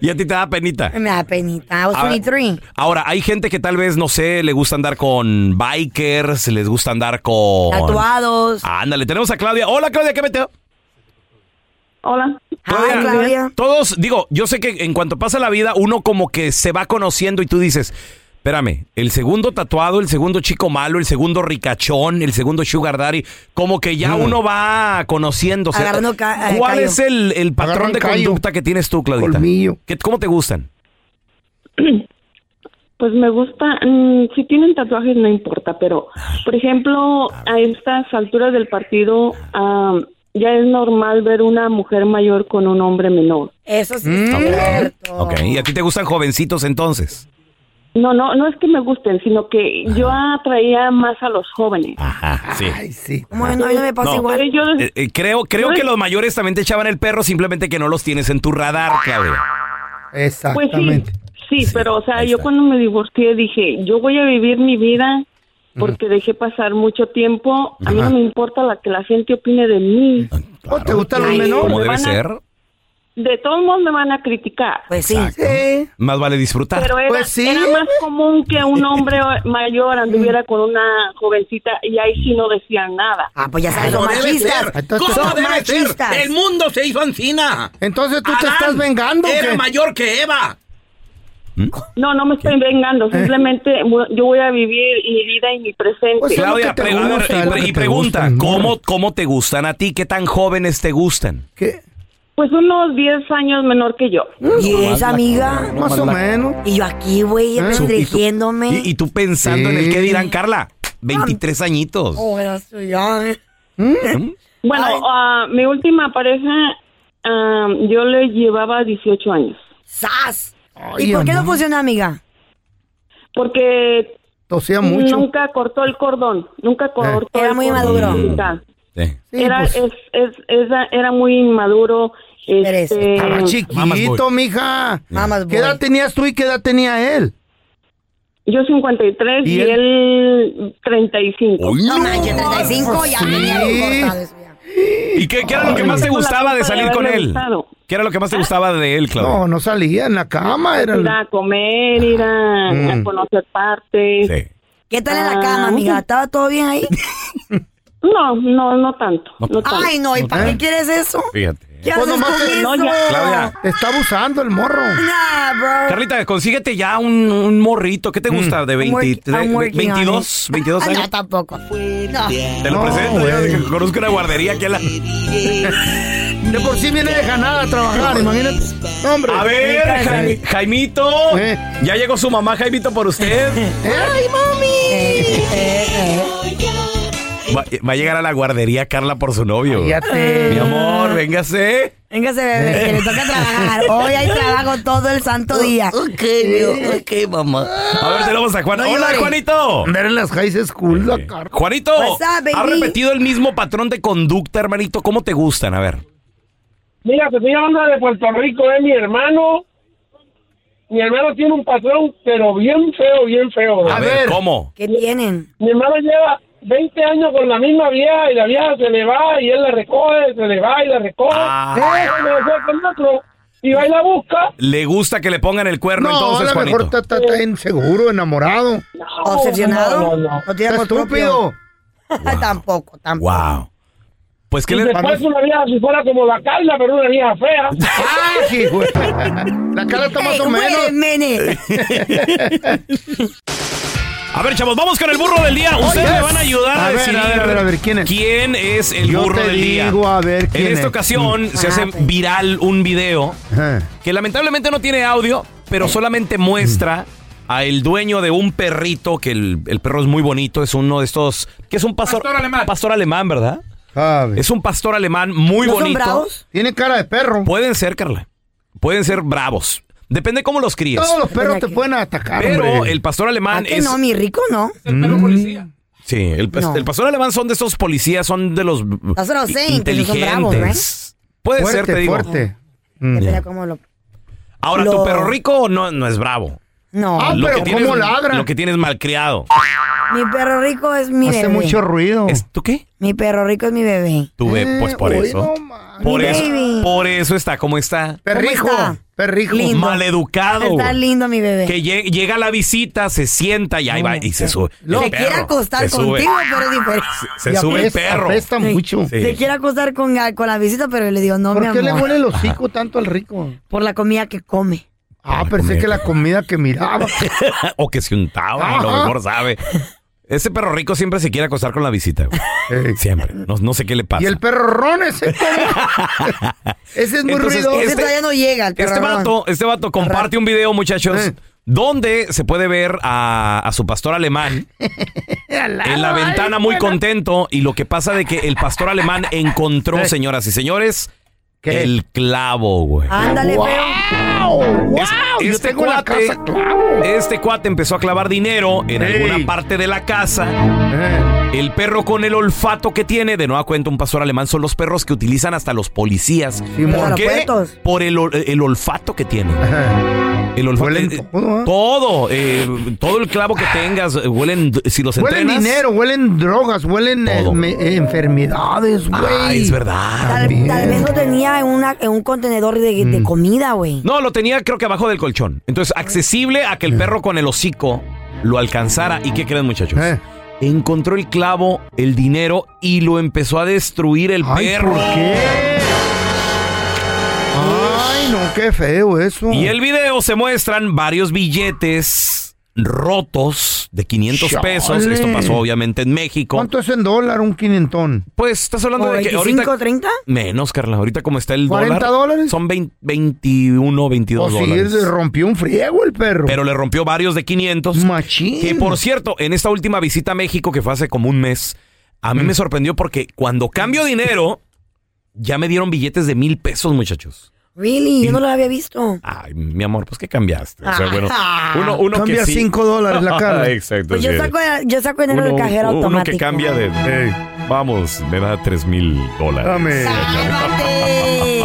Speaker 3: y a ti te da penita.
Speaker 5: Me da penita. I was
Speaker 3: A ver,
Speaker 5: 23.
Speaker 3: Ahora, hay gente que tal vez, no sé, le gusta andar con bikers, les gusta andar con...
Speaker 5: Tatuados.
Speaker 3: Ándale, tenemos a Claudia. Hola, Claudia, ¿qué meteo?
Speaker 6: Hola.
Speaker 5: Ay, Claudia.
Speaker 3: Todos, digo, yo sé que en cuanto pasa la vida, uno como que se va conociendo y tú dices, espérame, el segundo tatuado, el segundo chico malo, el segundo ricachón, el segundo sugar daddy, como que ya uno va conociéndose.
Speaker 5: Agarrando ca- eh,
Speaker 3: ¿Cuál
Speaker 5: callo.
Speaker 3: es el, el patrón
Speaker 4: Agarran
Speaker 3: de
Speaker 4: callo.
Speaker 3: conducta que tienes tú, Claudita?
Speaker 4: Colmillo.
Speaker 3: ¿Qué- ¿Cómo te gustan?
Speaker 6: Pues me gusta, mm, si tienen tatuajes no importa, pero por ejemplo, a estas alturas del partido ah, ya es normal ver una mujer mayor con un hombre menor.
Speaker 5: Eso sí
Speaker 4: Mm.
Speaker 5: es cierto.
Speaker 3: Ok, ¿y a ti te gustan jovencitos entonces?
Speaker 6: No, no, no es que me gusten, sino que yo atraía más a los jóvenes.
Speaker 3: Ajá, sí.
Speaker 4: Ay, sí.
Speaker 5: Como no, a mí no me pasa
Speaker 3: No.
Speaker 6: Pero
Speaker 5: igual.
Speaker 6: yo,
Speaker 3: Ah, Eh, eh, creo creo que los mayores también te echaban el perro, simplemente que no los tienes en tu radar, Claudia.
Speaker 6: pues sí,
Speaker 4: Exactamente.
Speaker 6: sí,
Speaker 3: Sí,
Speaker 6: pero o sea,
Speaker 3: ahí
Speaker 6: yo
Speaker 3: está.
Speaker 6: cuando me divorcié dije, yo voy a vivir mi vida porque dejé pasar mucho tiempo. A mí no me importa la que la gente opine de mí.
Speaker 4: ¿O te gustan los
Speaker 6: Ay,
Speaker 4: menores?
Speaker 3: Como debe
Speaker 6: Van a-
Speaker 3: ser,
Speaker 6: De todos modos me van a criticar.
Speaker 5: Pues sí.
Speaker 4: Sí.
Speaker 3: más vale disfrutar.
Speaker 6: Pero era,
Speaker 4: Pues sí.
Speaker 6: era más común que un hombre mayor anduviera con una jovencita y ahí sí no decían nada.
Speaker 5: Ah, pues ya sabes, son
Speaker 4: Como debe
Speaker 5: machistas.
Speaker 4: ser. Entonces-
Speaker 5: Son
Speaker 4: Como
Speaker 8: debe ser.
Speaker 5: machistas.
Speaker 8: El mundo se hizo encina.
Speaker 4: Entonces tú te
Speaker 8: Adán
Speaker 4: estás vengando. o
Speaker 8: Era
Speaker 4: qué?
Speaker 8: mayor que Eva.
Speaker 6: No, no me estoy
Speaker 4: Eh.
Speaker 6: vengando, simplemente mu- yo voy a vivir mi vida y mi presente.
Speaker 4: Pues, claro.
Speaker 3: Claudia,
Speaker 4: lo que te
Speaker 3: pre- a ver,
Speaker 4: gusta,
Speaker 3: y
Speaker 4: lo
Speaker 3: pre-
Speaker 4: que
Speaker 3: y
Speaker 4: te
Speaker 3: pregunta,
Speaker 4: gusta, morra.
Speaker 3: ¿cómo, ¿cómo te gustan a ti? ¿Qué tan jóvenes te gustan?
Speaker 4: ¿Qué?
Speaker 6: Pues unos 10 años menor que yo.
Speaker 5: Y esa amiga.
Speaker 4: Más o menos.
Speaker 5: Y yo aquí, güey, restringiéndome.
Speaker 3: Y, y tú pensando
Speaker 4: Sí.
Speaker 3: en el que dirán, Carla, 23 añitos.
Speaker 5: Oh, era su- ya, eh.
Speaker 6: Bueno,
Speaker 5: Ay.
Speaker 6: ah, mi última pareja, ah, yo le llevaba 18 años.
Speaker 5: ¡Sas!
Speaker 4: Ay,
Speaker 5: ¿Y por qué no
Speaker 4: amor.
Speaker 5: funciona, amiga?
Speaker 6: Porque
Speaker 4: Tosía mucho. Eh.
Speaker 6: nunca cortó el cordón, nunca cortó
Speaker 5: Era
Speaker 6: el
Speaker 5: muy
Speaker 6: cordón.
Speaker 5: maduro.
Speaker 6: Nunca.
Speaker 3: Sí.
Speaker 4: Sí,
Speaker 6: era,
Speaker 4: pues,
Speaker 6: es, es, era, era muy inmaduro.
Speaker 5: Eres-
Speaker 6: Este,
Speaker 4: estaba
Speaker 3: Mamas
Speaker 4: chiquito,
Speaker 3: boy.
Speaker 4: mija.
Speaker 5: Mamas
Speaker 4: ¿Qué
Speaker 5: boy.
Speaker 4: edad tenías tú y qué edad tenía él?
Speaker 6: Yo 53
Speaker 4: ¿Y
Speaker 6: y,
Speaker 4: él?
Speaker 6: él 35.
Speaker 5: No manches, 35 ya tenía
Speaker 4: sí.
Speaker 5: bien cortado eso ya.
Speaker 3: ¿Y qué, qué era lo que más te
Speaker 6: Tengo la
Speaker 3: gustaba de
Speaker 6: culpa de
Speaker 3: salir con
Speaker 6: haberle
Speaker 3: él?
Speaker 6: gustado.
Speaker 3: ¿Qué era lo que más te gustaba de él, Claudia?
Speaker 4: No, no salía en la cama. Era...
Speaker 6: Ir a comer, ir a, a
Speaker 4: Mm.
Speaker 6: conocer partes.
Speaker 3: Sí.
Speaker 5: ¿Qué tal en la cama,
Speaker 6: Ah.
Speaker 5: amiga? ¿Estaba todo bien ahí?
Speaker 6: No, no, no tanto.
Speaker 3: No.
Speaker 6: no tanto.
Speaker 5: Ay, no, ¿y para qué quieres eso?
Speaker 3: Fíjate.
Speaker 5: ¿Qué
Speaker 4: Pues
Speaker 5: haces
Speaker 4: nomás
Speaker 5: con
Speaker 4: que-
Speaker 5: eso?
Speaker 6: No, ya.
Speaker 3: Claudia.
Speaker 4: Te está abusando el morro.
Speaker 5: Nah, bro.
Speaker 3: Carlita, consíguete ya un, un morrito. ¿Qué te
Speaker 4: Mm.
Speaker 3: gusta? ¿De
Speaker 5: I'm working-
Speaker 3: 23,
Speaker 5: I'm working
Speaker 3: 22?
Speaker 5: on it.
Speaker 3: 22
Speaker 5: Ah,
Speaker 3: años.
Speaker 5: No, tampoco. No.
Speaker 3: Te
Speaker 4: No,
Speaker 3: lo presento.
Speaker 4: güey.
Speaker 3: ya, de que conozco una guardería aquí a la...
Speaker 4: De por sí viene dejanada a trabajar, imagínate. No, Hombre.
Speaker 3: A ver, Jaime- Jaimito.
Speaker 4: Eh.
Speaker 3: Ya llegó su mamá, Jaimito, por usted.
Speaker 4: ¡Ay, mami!
Speaker 5: Eh, eh, eh.
Speaker 3: Va, va a llegar a la guardería Carla por su novio.
Speaker 4: Fíjate.
Speaker 3: Mi amor, véngase.
Speaker 5: Véngase, bebé, que le toca trabajar. Hoy hay trabajo todo el santo día.
Speaker 8: Ok, mijo, ok, mamá.
Speaker 3: A ver, tenemos a Juan.
Speaker 4: No
Speaker 3: Hola,
Speaker 4: llores.
Speaker 3: Juanito.
Speaker 4: Andar en las high school, la car-
Speaker 3: Juanito,
Speaker 4: Pues,
Speaker 5: What's
Speaker 4: ah,
Speaker 5: up, baby?
Speaker 3: ha repetido el mismo patrón de conducta, hermanito. ¿Cómo te gustan? A ver.
Speaker 9: Mira, te estoy llamando de Puerto Rico, es mi hermano. Mi hermano tiene un patrón, pero bien feo, bien feo. bro.
Speaker 4: A
Speaker 3: A
Speaker 4: ver.
Speaker 3: ver, ¿cómo?
Speaker 5: ¿Qué tienen?
Speaker 9: Mi hermano lleva 20 años con la misma vieja y la vieja se le va y él la recoge, se le va y la recoge.
Speaker 3: Ah.
Speaker 9: Y me fue con otro, y va y la busca.
Speaker 3: ¿Le gusta que le pongan el cuerno
Speaker 4: No,
Speaker 3: entonces,
Speaker 4: a lo mejor
Speaker 3: Juanito?
Speaker 4: está, está- está inseguro, enamorado.
Speaker 5: ¿Obsesionado?
Speaker 9: No, no, no.
Speaker 4: Está estúpido.
Speaker 5: tampoco, tampoco.
Speaker 3: Wow. Pues que
Speaker 9: Y
Speaker 3: le...
Speaker 9: después una vieja si fuera como la Carla, pero una vieja fea.
Speaker 4: Ah, sí, güey. La cara está más
Speaker 5: Hey,
Speaker 4: o
Speaker 5: wait
Speaker 4: menos.
Speaker 5: a minute.
Speaker 3: A ver, chavos, vamos con el burro del día. Ustedes
Speaker 4: yes.
Speaker 3: me van a ayudar a,
Speaker 4: A ver,
Speaker 3: decidir
Speaker 4: a ver, a ver, a ver, ¿quién es?
Speaker 3: ¿Quién es el
Speaker 4: Yo
Speaker 3: burro
Speaker 4: te
Speaker 3: del día?
Speaker 4: digo, a ver, ¿quién
Speaker 3: en esta
Speaker 4: es? Mm.
Speaker 3: ocasión se hace
Speaker 5: Ah, pues.
Speaker 3: viral un video
Speaker 4: Ajá.
Speaker 3: que lamentablemente no tiene audio, pero solamente muestra a el dueño de un perrito, que el, el perro es muy bonito, es uno de estos, que es un pastor,
Speaker 8: Pastor alemán.
Speaker 3: Pastor alemán, ¿verdad?
Speaker 4: Sabe.
Speaker 3: Es un pastor alemán muy
Speaker 5: ¿No son
Speaker 3: bonito.
Speaker 5: bravos?
Speaker 4: Tiene cara de perro.
Speaker 3: Pueden ser, Carla. Pueden ser bravos. Depende cómo los críes.
Speaker 4: Todos los perros
Speaker 5: Mira
Speaker 4: te
Speaker 5: que-
Speaker 4: pueden atacar,
Speaker 3: Pues, Pero
Speaker 4: hombre.
Speaker 3: el pastor
Speaker 5: ¿A
Speaker 3: alemán
Speaker 5: qué
Speaker 3: es
Speaker 5: Ah, no, mi rico no?
Speaker 3: Sí, el, pas-
Speaker 5: No.
Speaker 3: el pastor alemán son de esos policías, son de los
Speaker 5: That's what I'm saying, que
Speaker 3: inteligentes.
Speaker 5: son bravos,
Speaker 3: Puede
Speaker 4: fuerte,
Speaker 3: ser, te digo.
Speaker 4: fuerte. Mm,
Speaker 5: Depende de cómo lo...
Speaker 3: Ahora, tu
Speaker 5: Lo-
Speaker 3: perro rico no, no es bravo.
Speaker 5: No,
Speaker 4: Ah, pero
Speaker 3: tiene
Speaker 4: ¿cómo
Speaker 3: es-
Speaker 4: ladra? Oh.
Speaker 3: Lo que tiene es malcriado.
Speaker 5: mi perro rico es mi
Speaker 4: Hace
Speaker 5: bebé.
Speaker 4: mucho ruido.
Speaker 3: ¿Es, ¿Tú qué?
Speaker 5: Mi perro rico es mi bebé.
Speaker 3: Tú ve,
Speaker 4: Eh,
Speaker 3: pues por
Speaker 4: oye,
Speaker 3: eso.
Speaker 4: no manches.
Speaker 3: por
Speaker 5: Mi
Speaker 3: eso.
Speaker 5: baby.
Speaker 3: Por eso está como está.
Speaker 4: Perrijo,
Speaker 5: ¿Cómo está?
Speaker 4: perrijo.
Speaker 5: Lindo.
Speaker 3: Maleducado.
Speaker 5: Está
Speaker 3: güey.
Speaker 5: lindo mi bebé.
Speaker 3: Que lle- llega la visita, se sienta y ahí va y se sube.
Speaker 4: Lo-
Speaker 3: El
Speaker 5: se quiere
Speaker 3: perro
Speaker 5: acostar
Speaker 3: se sube.
Speaker 5: contigo, pero es diferente.
Speaker 3: Se
Speaker 4: Y
Speaker 3: sube el
Speaker 4: apesta-
Speaker 3: perro.
Speaker 4: Apesta
Speaker 5: Sí.
Speaker 4: mucho.
Speaker 3: Sí.
Speaker 5: Se quiere acostar con, con la visita, pero le digo, no, mi
Speaker 4: ¿Por qué
Speaker 5: amor.
Speaker 4: le huele el hocico tanto al rico?
Speaker 5: Por la comida que come.
Speaker 4: Ah,
Speaker 3: la
Speaker 4: pensé
Speaker 3: comida
Speaker 4: que la comida que miraba.
Speaker 3: o que se untaba, a lo
Speaker 4: Ajá.
Speaker 3: mejor sabe. Ese perro rico siempre se quiere acostar con la visita. güey.
Speaker 4: Ey.
Speaker 3: Siempre. No, no sé qué le pasa.
Speaker 4: Y el perro ron ese. ese es muy
Speaker 3: Entonces,
Speaker 4: ruidoso.
Speaker 5: Ese
Speaker 3: Este-
Speaker 5: todavía no llega el
Speaker 3: Este
Speaker 5: perrón.
Speaker 3: vato, este vato comparte un video, muchachos,
Speaker 4: Eh.
Speaker 3: donde se puede ver a, a su pastor alemán en la ventana muy contento y lo que pasa de que el pastor alemán encontró,
Speaker 4: Eh.
Speaker 3: señoras y señores,
Speaker 4: ¿Qué?
Speaker 3: el clavo, güey.
Speaker 5: Ándale,
Speaker 4: ¡Wow!
Speaker 5: feo.
Speaker 4: ¡Wow!
Speaker 3: Es-
Speaker 4: Yo
Speaker 3: este
Speaker 4: tengo la
Speaker 3: cuate-
Speaker 4: casa clavo.
Speaker 3: Este cuate empezó a clavar dinero en
Speaker 4: Ey.
Speaker 3: alguna parte de la casa.
Speaker 4: Eh,
Speaker 3: El perro con el olfato que tiene, de nueva cuenta, un pastor alemán son los perros que utilizan hasta los policías.
Speaker 4: Simón.
Speaker 3: ¿Por
Speaker 5: Los
Speaker 3: qué?
Speaker 5: aeropuertos.
Speaker 3: Por el, ol- eh, el olfato que tiene.
Speaker 4: eh.
Speaker 3: El olfato.
Speaker 4: Huelen
Speaker 3: eh,
Speaker 4: todo, ¿eh?
Speaker 3: Todo, eh, todo el clavo que tengas, eh, huelen, si los
Speaker 4: Huelen
Speaker 3: entrenas.
Speaker 4: dinero, huelen drogas, huelen eh,
Speaker 3: Todo.
Speaker 4: me- eh, enfermedades, güey.
Speaker 3: Ah, es verdad.
Speaker 5: Tal,
Speaker 4: También.
Speaker 5: tal vez lo tenía en, una, en un contenedor de, de comida, güey.
Speaker 3: Mm. No, lo tenía creo que abajo del colchón. Entonces, accesible a que
Speaker 4: Ah.
Speaker 3: el perro con el hocico lo alcanzara. ¿Y qué creen, muchachos?
Speaker 4: Eh.
Speaker 3: Encontró el clavo, el dinero y lo empezó a destruir el
Speaker 4: Ay,
Speaker 3: perro.
Speaker 4: ¿por qué? Ay, no, qué feo eso.
Speaker 3: Y el video se muestran varios billetes rotos de 500 pesos.
Speaker 4: Chale.
Speaker 3: Esto pasó obviamente en México.
Speaker 4: ¿Cuánto es en dólar un quinentón?
Speaker 3: Pues estás hablando
Speaker 5: ¿O
Speaker 3: de que
Speaker 5: 25,
Speaker 3: ahorita
Speaker 5: 30?
Speaker 3: Menos, Carla. Ahorita como está el
Speaker 4: 40
Speaker 3: dólar.
Speaker 4: dólares. Oh,
Speaker 3: Son 20, 21, 22
Speaker 4: O si
Speaker 3: dólares.
Speaker 4: le rompió un friego el perro.
Speaker 3: Pero le rompió varios de 500.
Speaker 4: Machín.
Speaker 3: Que por cierto, en esta última visita a México, que fue hace como un mes, a
Speaker 4: Mm.
Speaker 3: mí me sorprendió porque cuando cambio dinero, ya me dieron billetes de mil pesos, muchachos.
Speaker 5: Really, yo no lo había visto.
Speaker 3: Ay, mi amor, pues ¿qué cambiaste? O sea, bueno, uno, uno que
Speaker 4: Ah. Cambia
Speaker 3: sí.
Speaker 4: 5 dólares la cara.
Speaker 3: Exacto.
Speaker 5: Pues yo
Speaker 3: sí.
Speaker 5: saco, yo saco dinero
Speaker 3: uno,
Speaker 5: del cajero
Speaker 3: uno
Speaker 5: automático.
Speaker 3: que cambia de...
Speaker 4: Ey.
Speaker 3: Vamos, me da tres mil dólares.
Speaker 4: Dame.
Speaker 5: ¡Cálmate!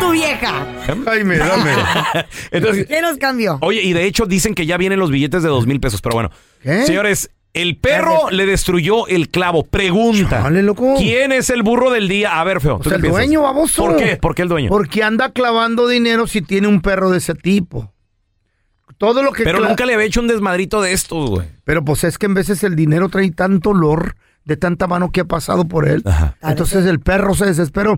Speaker 5: ¡Tú, tu vieja!
Speaker 4: Jaime, dame.
Speaker 3: Entonces,
Speaker 5: ¿Qué nos cambió?
Speaker 3: Oye, y de hecho dicen que ya vienen los billetes de dos mil pesos, pero bueno.
Speaker 4: ¿Qué?
Speaker 3: Señores, el perro le destruyó el clavo. Pregunta.
Speaker 4: Chale, loco.
Speaker 3: ¿Quién es el burro del día? A ver, feo.
Speaker 4: Pues
Speaker 3: ¿tú qué
Speaker 4: el
Speaker 3: piensas?
Speaker 4: dueño, baboso.
Speaker 3: ¿Por qué? ¿Por qué el dueño?
Speaker 4: Porque anda clavando dinero si tiene un perro de ese tipo. Todo lo que
Speaker 3: Pero
Speaker 4: cla-
Speaker 3: nunca le había hecho un desmadrito de estos, güey.
Speaker 4: Pero pues es que en veces el dinero trae tanto olor de tanta mano que ha pasado por él.
Speaker 3: Ajá.
Speaker 4: Entonces el perro se desesperó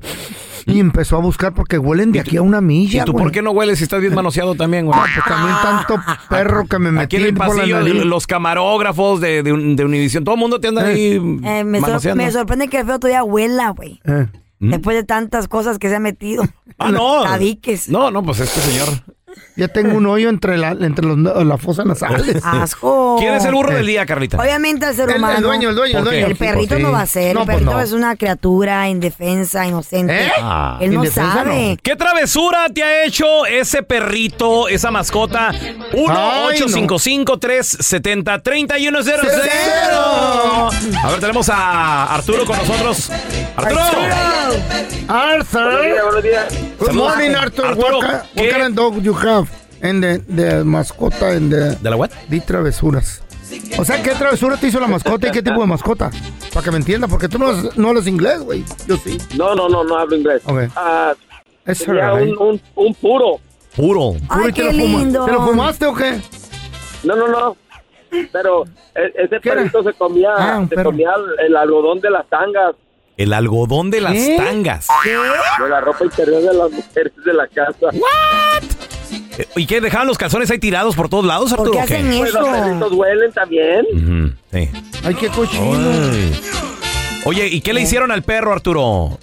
Speaker 4: y empezó a buscar porque huelen de aquí a una milla.
Speaker 3: ¿Y tú
Speaker 4: güey.
Speaker 3: por qué no hueles si estás bien manoseado también, güey?
Speaker 4: Pues también tanto perro que me metí
Speaker 3: Aquí en el
Speaker 4: por la
Speaker 3: pasillo,
Speaker 4: nariz.
Speaker 3: los camarógrafos de, de, un- de Univision, todo el mundo te anda ahí
Speaker 5: Eh, me, sor-
Speaker 3: manoseando. ¿Mm?
Speaker 5: me sorprende que el feo todavía huela, güey.
Speaker 4: Eh.
Speaker 5: Después de tantas cosas que se ha metido.
Speaker 3: ah, no.
Speaker 5: Tabiques.
Speaker 3: No, no, pues este señor
Speaker 4: Ya tengo un hoyo entre la, entre los, las fosas nasales.
Speaker 5: Ah, Asco.
Speaker 3: ¿Quién es el burro
Speaker 5: Eh.
Speaker 3: del día, Carlita?
Speaker 5: Obviamente el ser
Speaker 4: El- el
Speaker 5: humano.
Speaker 4: dueño, el dueño, el
Speaker 3: ¿Por qué?
Speaker 4: dueño.
Speaker 5: El perrito
Speaker 4: Sí.
Speaker 5: no va a ser.
Speaker 4: No,
Speaker 5: el
Speaker 4: pues
Speaker 5: perrito
Speaker 4: no.
Speaker 5: es una criatura indefensa, inocente.
Speaker 4: ¿Eh?
Speaker 3: Ah.
Speaker 5: Él no
Speaker 4: Indefensa,
Speaker 5: sabe.
Speaker 3: ¿Qué travesura te ha hecho ese perrito, esa mascota? 1-855-370-3100. A ver, tenemos a Arturo con nosotros. ¡Arturo!
Speaker 4: Arthur.
Speaker 9: Buenos días.
Speaker 4: Good morning, Arthur.
Speaker 3: Arturo,
Speaker 4: what, ca-
Speaker 3: ¿qué-
Speaker 4: what kind of dog you have? And the, the mascota and the,
Speaker 3: ¿De la web?
Speaker 4: di travesuras. O sea, ¿qué travesura te hizo la mascota y qué tipo de mascota? Para que me entienda, porque tú no, no hablas inglés, güey. Yo sí.
Speaker 9: No, no, no, no hablo inglés.
Speaker 4: Ok.
Speaker 9: Ah,
Speaker 4: Es
Speaker 9: sería
Speaker 4: alright.
Speaker 9: un, un, un puro.
Speaker 3: Puro.
Speaker 4: Uy,
Speaker 5: Ay,
Speaker 4: ¿te
Speaker 5: qué
Speaker 4: lo fuma-
Speaker 5: lindo.
Speaker 4: ¿Te lo fumaste o qué?
Speaker 9: No, no, no. Pero e- ese
Speaker 4: ¿Qué era?
Speaker 9: perrito se comía,
Speaker 4: Ah, un
Speaker 9: se
Speaker 4: perro.
Speaker 9: comía el- el algodón de las tangas,
Speaker 3: El algodón de las
Speaker 4: ¿Qué?
Speaker 5: ¿Eh?
Speaker 3: tangas.
Speaker 9: de la ropa interior de las mujeres de la casa.
Speaker 3: Eh, ¿Y qué? ¿Dejaban los calzones ahí tirados por todos lados,
Speaker 5: ¿Por
Speaker 3: Arturo?
Speaker 5: qué
Speaker 3: o qué?
Speaker 5: hacen
Speaker 9: Pues los
Speaker 5: eso?
Speaker 9: perritos huelen también.
Speaker 3: Ujú, sí.
Speaker 4: Ay, qué cochino.
Speaker 3: Ay. Oye, ¿y qué le hicieron al perro, Arturo?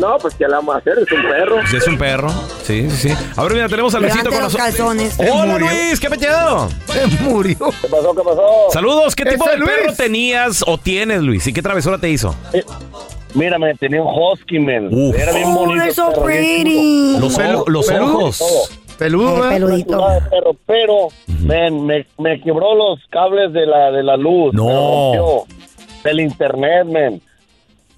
Speaker 9: No, pues que la vamos a hacer, es un perro.
Speaker 3: Pues es un perro. Sí, sí, sí. A ver, mira, tenemos a Luisito
Speaker 5: Levante
Speaker 3: con
Speaker 5: los
Speaker 3: nosotros.
Speaker 5: calzones.
Speaker 3: Hola,
Speaker 4: Murió.
Speaker 3: Luis, ¿qué peteado?
Speaker 4: Se murió.
Speaker 9: ¿Qué pasó? ¿Qué pasó?
Speaker 3: Saludos, ¿qué
Speaker 4: Ese
Speaker 3: tipo de
Speaker 4: Este Luis.
Speaker 3: perro tenías o tienes, Luis? ¿Y qué travesura te hizo?
Speaker 9: Mira, me tenía un husky, man.
Speaker 3: Uf.
Speaker 9: Era bien
Speaker 5: Oh,
Speaker 9: bonito.
Speaker 5: they're so
Speaker 9: perro, bien
Speaker 5: pretty.
Speaker 3: Los, ol- los
Speaker 9: Peludo.
Speaker 3: ojos.
Speaker 4: Peludo,
Speaker 5: Eh,
Speaker 4: ¿eh?
Speaker 5: peludito.
Speaker 9: chulada de perro, pero man, me, me quebró los cables de la, de la luz.
Speaker 3: No.
Speaker 9: me rompió. Del internet, men.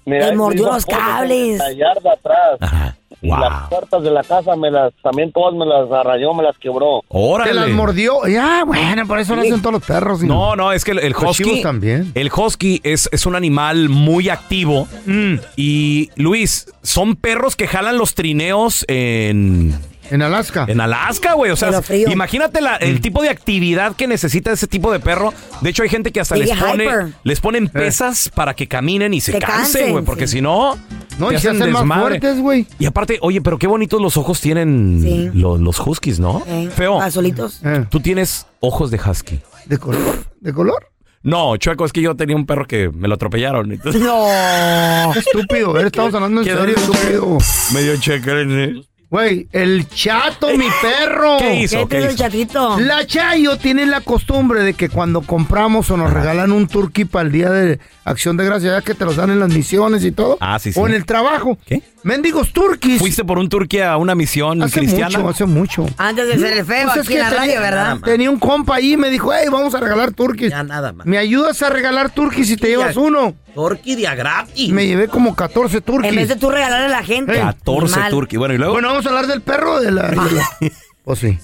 Speaker 5: Le mordió los cables.
Speaker 9: La yarda atrás.
Speaker 3: Ajá.
Speaker 9: Y Las
Speaker 3: Wow.
Speaker 9: puertas de la casa me las, también todas me las arrayó, me las quebró.
Speaker 4: Te las
Speaker 3: Órale.
Speaker 4: mordió. Ya, bueno, por eso lo hacen todos los perros. y-
Speaker 3: No, no, es que el, el
Speaker 4: Los
Speaker 3: husky
Speaker 4: chivos también.
Speaker 3: El husky es, es un animal muy activo.
Speaker 4: Mm.
Speaker 3: Y Luis, son perros que jalan los trineos en,
Speaker 4: En Alaska.
Speaker 3: en Alaska, güey. O sea,
Speaker 5: En lo frío.
Speaker 3: imagínate la- el tipo de actividad que necesita ese tipo de perro. De hecho, hay gente que hasta
Speaker 5: Sigue
Speaker 3: les pone,
Speaker 5: hyper.
Speaker 3: les ponen pesas para que caminen y se
Speaker 5: Se
Speaker 3: cansen,
Speaker 5: cansen,
Speaker 3: güey. Porque
Speaker 5: sí.
Speaker 3: si no,
Speaker 4: No,
Speaker 3: te
Speaker 4: y se hacen más
Speaker 3: desmadre.
Speaker 4: fuertes, güey.
Speaker 3: Y aparte, oye, pero qué bonitos los ojos tienen
Speaker 5: Sí.
Speaker 3: los, los huskies, ¿no?
Speaker 5: Eh,
Speaker 3: Feo.
Speaker 5: Azulitos.
Speaker 4: Eh,
Speaker 3: Tú tienes ojos de husky.
Speaker 4: ¿De color? ¿De color?
Speaker 3: No, chueco, es que yo tenía un perro que me lo atropellaron. Entonces,
Speaker 5: No.
Speaker 4: Estúpido, eh, estamos hablando en
Speaker 3: Qué
Speaker 4: serio,
Speaker 3: dolor.
Speaker 4: estúpido.
Speaker 3: medio cheque.
Speaker 4: Güey, el chato, mi perro.
Speaker 3: ¿Qué
Speaker 5: ¿Qué
Speaker 3: hizo?
Speaker 5: te hizo el chatito?
Speaker 4: La Chayo tiene la costumbre de que cuando compramos o nos regalan un turkey para el día de Acción de Gracias, ya que te los dan en las misiones y todo.
Speaker 3: Ah, sí, sí.
Speaker 4: O en el trabajo.
Speaker 3: ¿Qué?
Speaker 4: Mendigos turquis.
Speaker 3: Fuiste por un Turquía a una misión
Speaker 4: hace
Speaker 3: cristiana.
Speaker 4: mucho, hace mucho.
Speaker 8: Antes de ser el feo,
Speaker 4: Pues es
Speaker 8: aquí en
Speaker 4: que
Speaker 8: la
Speaker 4: tenía-
Speaker 8: radio, ¿verdad?
Speaker 4: Tenía un compa ahí y me dijo, hey, vamos a regalar turquis.
Speaker 8: Ya nada más.
Speaker 4: ¿Me ayudas a regalar turquis si te llevas uno?
Speaker 8: Torqui de a gratis.
Speaker 4: Me llevé como 14 turquis.
Speaker 5: En vez de tú regalarle a la gente.
Speaker 4: Eh,
Speaker 3: 14
Speaker 5: Mal.
Speaker 3: Turquía. Bueno, y luego.
Speaker 4: Bueno, vamos a hablar del perro de la... de la- Pues sí.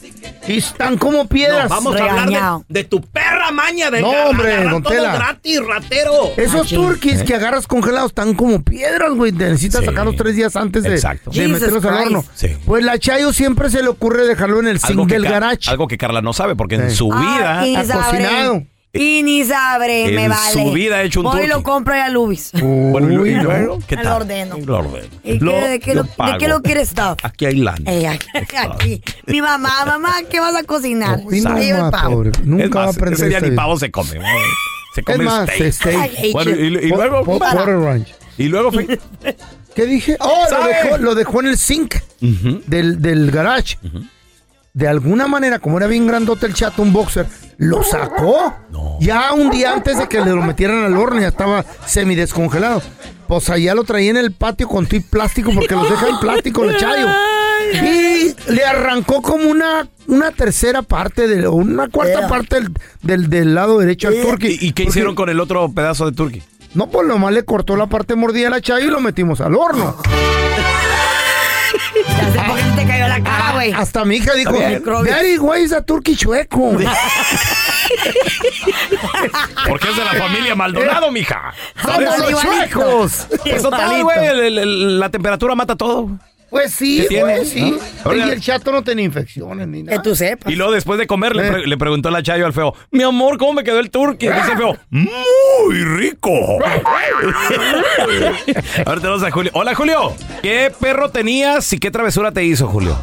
Speaker 4: Y están como
Speaker 8: No,
Speaker 4: piedras.
Speaker 8: vamos a hablar
Speaker 5: Regañado.
Speaker 8: de, de tu perra maña de
Speaker 4: No,
Speaker 8: agarrar-
Speaker 4: hombre,
Speaker 8: agarrar
Speaker 4: don
Speaker 8: todo
Speaker 4: Tela.
Speaker 8: gratis, ratero.
Speaker 4: Esos
Speaker 5: Machín.
Speaker 4: turquis que agarras congelados están como piedras, güey. Necesitas
Speaker 3: Sí.
Speaker 4: sacarlos tres días antes de,
Speaker 3: Exacto.
Speaker 4: de
Speaker 5: Jesus
Speaker 4: meterlos al
Speaker 5: Christ.
Speaker 4: horno.
Speaker 3: Sí.
Speaker 4: Pues la Chayo siempre se le ocurre dejarlo en el zinc del
Speaker 3: Ca-
Speaker 4: garage.
Speaker 3: algo que Carla no sabe, porque en
Speaker 4: Sí.
Speaker 3: su vida.
Speaker 5: Ah, y ni
Speaker 4: ha cocinado.
Speaker 5: sabré. Y ni sabré,
Speaker 3: En
Speaker 5: me vale.
Speaker 3: su vida ha hecho un
Speaker 5: Voy y lo
Speaker 3: turkey.
Speaker 5: compro ya a Lubis.
Speaker 4: Uy,
Speaker 3: Bueno, y
Speaker 4: no.
Speaker 3: luego, ¿qué
Speaker 5: Lo
Speaker 3: tal?
Speaker 5: ordeno.
Speaker 3: Lo ordeno.
Speaker 5: ¿Y
Speaker 3: Lo-
Speaker 5: qué- de qué lo- de
Speaker 3: pago.
Speaker 5: qué lo quieres estar?
Speaker 3: Aquí hay lana.
Speaker 5: Eh, aquí, aquí. Mi mamá, mamá, ¿qué vas a cocinar?
Speaker 4: Uy, no,
Speaker 5: Y yo,
Speaker 4: ma,
Speaker 5: pavo.
Speaker 4: pobre.
Speaker 3: Es
Speaker 4: Nunca va a
Speaker 3: más,
Speaker 4: aprender.
Speaker 3: ese este día
Speaker 4: esta
Speaker 3: ni
Speaker 4: vida.
Speaker 3: pavo se come. güey. Se
Speaker 4: Es
Speaker 3: come
Speaker 4: más, este,
Speaker 3: steak.
Speaker 4: steak.
Speaker 5: Ay,
Speaker 3: Bueno, y, y
Speaker 4: Po-
Speaker 3: luego.
Speaker 4: po- Butter Ranch.
Speaker 3: y luego. fe-
Speaker 4: ¿Qué dije? Oh, lo
Speaker 3: ¿Sabe?
Speaker 4: dejó, lo dejó en el zinc
Speaker 3: Ujú.
Speaker 4: del, del garage. De alguna manera, como era bien grandote el chato, un boxer, lo sacó.
Speaker 3: No.
Speaker 4: Ya un día antes de que le lo metieran al horno, ya estaba semidescongelado. Pues allá lo traía en el patio con tip plástico porque los deja en plástico, le chayo. Y le arrancó como una, una tercera parte, de, o una cuarta
Speaker 5: Era.
Speaker 4: parte del, del, del lado derecho al turkey.
Speaker 3: eh, ¿Y, y qué
Speaker 4: Porque-
Speaker 3: hicieron con el otro pedazo de turkey?
Speaker 4: No, pues nomás le cortó la parte mordida a la chayo y lo metimos al horno.
Speaker 5: Ya sé por qué se te cayó la cara, güey.
Speaker 4: Hasta mi hija dijo,
Speaker 3: Ah, Está bien.
Speaker 4: Daddy, güey, es a turkey chueco.
Speaker 3: Porque es de
Speaker 5: Ah.
Speaker 3: la familia Maldonado, mija.
Speaker 4: ¡Somos los
Speaker 5: Igualito.
Speaker 4: chuecos!
Speaker 3: Pues total,
Speaker 5: Igualito.
Speaker 3: güey, el- el- la temperatura mata todo.
Speaker 4: Pues sí,
Speaker 3: ¿Qué tiene?
Speaker 4: güey, sí.
Speaker 3: ¿No?
Speaker 4: Oye,
Speaker 3: Ahora-
Speaker 4: el chato no tenía infecciones ni
Speaker 5: Que
Speaker 4: nada.
Speaker 5: tú sepas.
Speaker 3: Y luego después de comer le,
Speaker 4: Eh.
Speaker 3: pre- le preguntó la Chayo al feo, mi amor, ¿cómo me quedó el turkey? Dice el feo, muy rico. Ahora tenemos a Julio. Hola Julio, ¿qué perro tenías y qué travesura te hizo Julio?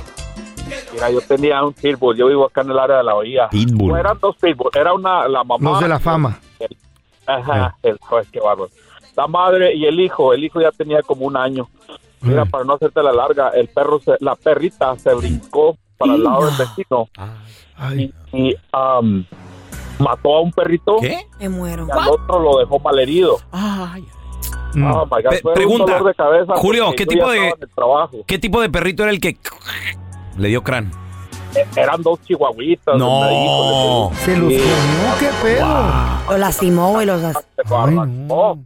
Speaker 7: Mira, yo tenía un pitbull, yo vivo acá en el área de la bahía.
Speaker 3: Pitbull.
Speaker 7: No, eran dos pitbull, era una, la mamá.
Speaker 4: Los de la fama.
Speaker 7: Ajá, el, joder, qué bárbaro. La madre y el hijo, el hijo ya
Speaker 3: Mm.
Speaker 7: tenía como un año. Mira, para no hacerte la larga, el perro, se- la perrita se brincó
Speaker 9: para el lado del vecino. Y, y, am, mató a un perrito.
Speaker 5: Me muero.
Speaker 9: Y al otro lo dejó malherido.
Speaker 4: mm.
Speaker 9: Oh, my God,
Speaker 3: Mm. Pe-
Speaker 9: fue un
Speaker 3: pregunta,
Speaker 9: dolor de cabeza
Speaker 3: Julio,
Speaker 9: porque
Speaker 3: ¿qué
Speaker 9: yo
Speaker 3: tipo
Speaker 9: ya
Speaker 3: de
Speaker 9: estaba en el trabajo.
Speaker 3: qué tipo de perrito era el que le dio crán?
Speaker 9: Eh, Eran dos chihuahuitas.
Speaker 3: No.
Speaker 9: hombre, híjole,
Speaker 4: Se los
Speaker 9: Sí.
Speaker 4: comió, qué pedo.
Speaker 5: Lo lastimó, güey, los las-
Speaker 9: se lo arrancó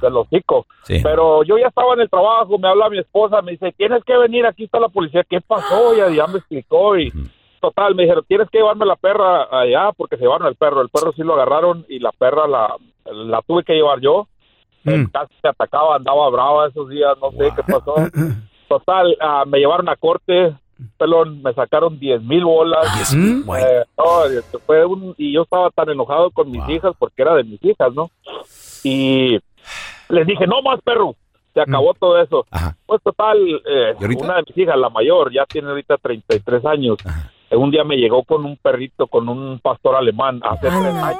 Speaker 9: del hocico.
Speaker 3: Sí.
Speaker 9: Pero yo ya estaba en el trabajo, me habla mi esposa, me dice, tienes que venir, aquí está la policía, ¿qué pasó? Y ya me explicó y total, me dijeron, tienes que llevarme la perra allá porque se llevaron el perro, el perro sí lo agarraron y la perra la, la tuve que llevar yo, Eh,
Speaker 4: Mm.
Speaker 9: casi se atacaba, andaba brava esos días, no sé qué pasó. Total, ah, me llevaron a corte, pelón, me sacaron 10 mil bolas.
Speaker 4: Mm.
Speaker 3: Güey.
Speaker 9: Eh, no, este, fue un- y yo estaba tan enojado con mis hijas porque era de mis hijas, ¿no? Y les dije, no más perro, se acabó todo eso.
Speaker 3: Ajá.
Speaker 9: Pues total, eh,
Speaker 3: Mm. ¿Y ahorita?
Speaker 9: una de mis hijas, la mayor, ya tiene ahorita 33 años. Eh, Un día me llegó con un perrito, con un pastor alemán, hace tres años.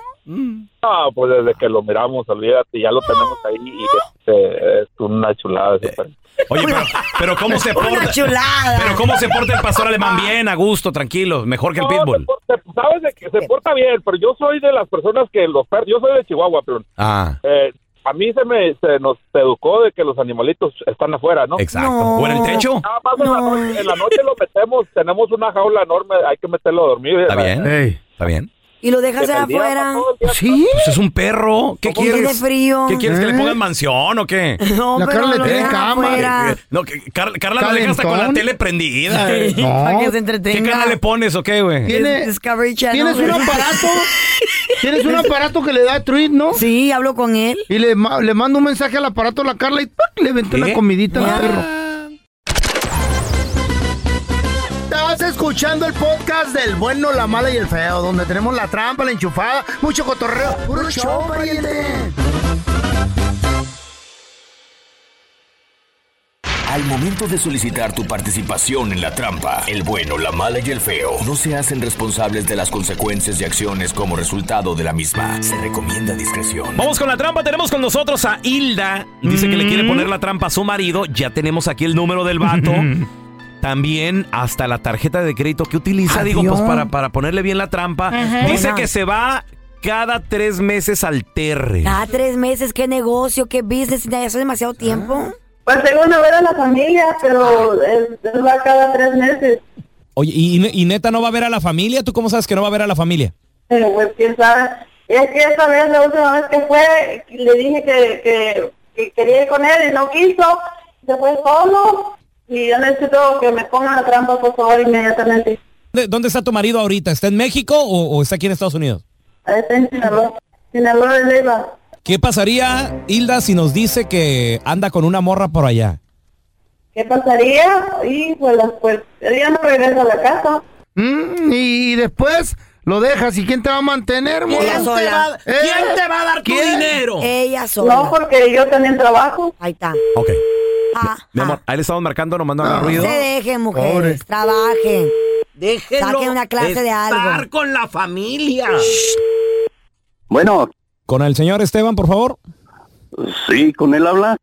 Speaker 9: Ah, pues desde que lo miramos, olvídate, ya lo tenemos ahí y este, es una chulada
Speaker 3: Eh,
Speaker 9: ese perrito.
Speaker 3: Oye, pero, pero cómo se
Speaker 5: Una
Speaker 3: porta.
Speaker 5: chulada.
Speaker 3: Pero cómo se porta el pastor alemán bien, a gusto, tranquilo, mejor que el
Speaker 9: No,
Speaker 3: pitbull.
Speaker 9: se porta- sabes de que se porta bien, pero yo soy de las personas que los perros, yo soy de Chihuahua, pero
Speaker 3: Ah,
Speaker 9: eh, a mí se me se nos educó de que los animalitos están afuera, ¿no?
Speaker 3: exacto.
Speaker 5: No.
Speaker 3: ¿O en el techo?
Speaker 9: Nada más en, la noche, en la noche lo metemos, tenemos una jaula enorme, hay que meterlo a dormir.
Speaker 3: Está bien,
Speaker 4: Ey.
Speaker 3: está bien.
Speaker 5: Y lo
Speaker 9: En
Speaker 5: dejas
Speaker 9: el
Speaker 5: allá
Speaker 9: día,
Speaker 5: afuera.
Speaker 9: todo el día
Speaker 4: Sí,
Speaker 3: Pues es un perro, ¿qué
Speaker 5: ¿Cómo tiene
Speaker 3: quieres?
Speaker 5: frío?
Speaker 3: ¿Qué quieres que le
Speaker 4: ¿Eh?
Speaker 3: pongan mansión o qué?
Speaker 5: No,
Speaker 4: La
Speaker 5: pero
Speaker 4: Carla
Speaker 5: lo
Speaker 4: tiene
Speaker 5: dejas
Speaker 4: cama.
Speaker 5: afuera.
Speaker 3: No, que Car- Carla la deja hasta con la
Speaker 4: Calentón.
Speaker 3: tele prendida. eh.
Speaker 5: Para que se
Speaker 3: ¿Qué
Speaker 5: entretenga.
Speaker 3: canal le pones o qué, güey?
Speaker 4: tiene-
Speaker 5: Discovery Channel.
Speaker 4: tienes un
Speaker 5: güey.
Speaker 4: aparato. Tienes un aparato que le da tweet, ¿no?
Speaker 5: Sí, hablo con él.
Speaker 4: Y le, ma- le mando un mensaje al aparato a la Carla y ¡pac! le vente
Speaker 3: ¿Eh?
Speaker 4: una comidita
Speaker 5: Ah.
Speaker 4: al perro. Estás escuchando el podcast del bueno, la mala y el feo, donde tenemos la trampa, la enchufada, mucho cotorreo. ¡Puro show, pariente!
Speaker 1: Al momento de solicitar tu participación en la trampa, el bueno, la mala y el feo no se hacen responsables de las consecuencias y acciones como resultado de la misma. Se recomienda discreción.
Speaker 3: Vamos con la trampa, tenemos con nosotros a Hilda. Dice que le quiere
Speaker 4: Mm.
Speaker 3: poner la trampa a su marido. Ya tenemos aquí el número del vato. También hasta la tarjeta de crédito que utiliza, digo, pues para, para ponerle bien la trampa. Dice
Speaker 5: Buena.
Speaker 3: que se va cada tres meses al terre.
Speaker 5: Cada tres meses, qué negocio, qué business, ya hace demasiado tiempo.
Speaker 4: Ah.
Speaker 10: Pues tengo una ver a la familia, pero es, es va cada tres meses.
Speaker 3: Oye, y, neta no va a ver a la familia? ¿Tú cómo sabes que no va a ver a la familia?
Speaker 10: Pero pues quién sabe. Es que esa vez, la última vez que fue, le dije que, que, que quería ir con él y no quiso. Se fue solo. Y yo necesito que me pongan la trampa, por favor, inmediatamente.
Speaker 3: ¿Dónde está tu marido ahorita? ¿Está en México o, está aquí en Estados Unidos?
Speaker 10: Está en Sinaloa. Sinaloa de Leyva.
Speaker 3: ¿Qué pasaría, Hilda, si nos dice que anda con una morra por allá?
Speaker 10: ¿Qué pasaría? Y pues, pues ella no regresa a la casa.
Speaker 4: Mm, y, y después lo dejas. ¿Y quién te va a mantener,
Speaker 5: Ella
Speaker 4: morro?
Speaker 5: sola.
Speaker 4: ¿Eh?
Speaker 11: ¿Quién te va a dar tu
Speaker 4: ¿Quién? Eh,
Speaker 11: dinero?
Speaker 5: Ella
Speaker 10: No,
Speaker 5: sola.
Speaker 10: porque yo también trabajo.
Speaker 5: Ahí está.
Speaker 3: Ok.
Speaker 5: Ah,
Speaker 3: Mi amor,
Speaker 5: ah.
Speaker 3: ahí le estamos marcando, nomás
Speaker 4: Ah.
Speaker 3: no haga
Speaker 5: Se
Speaker 3: ruido.
Speaker 5: dejen, mujeres.
Speaker 4: Pobre.
Speaker 5: Trabajen.
Speaker 11: Déjenlo
Speaker 5: Saquen una clase de algo.
Speaker 11: estar con la familia.
Speaker 9: Bueno,
Speaker 3: Con el señor Esteban, por favor.
Speaker 9: sí, con él habla.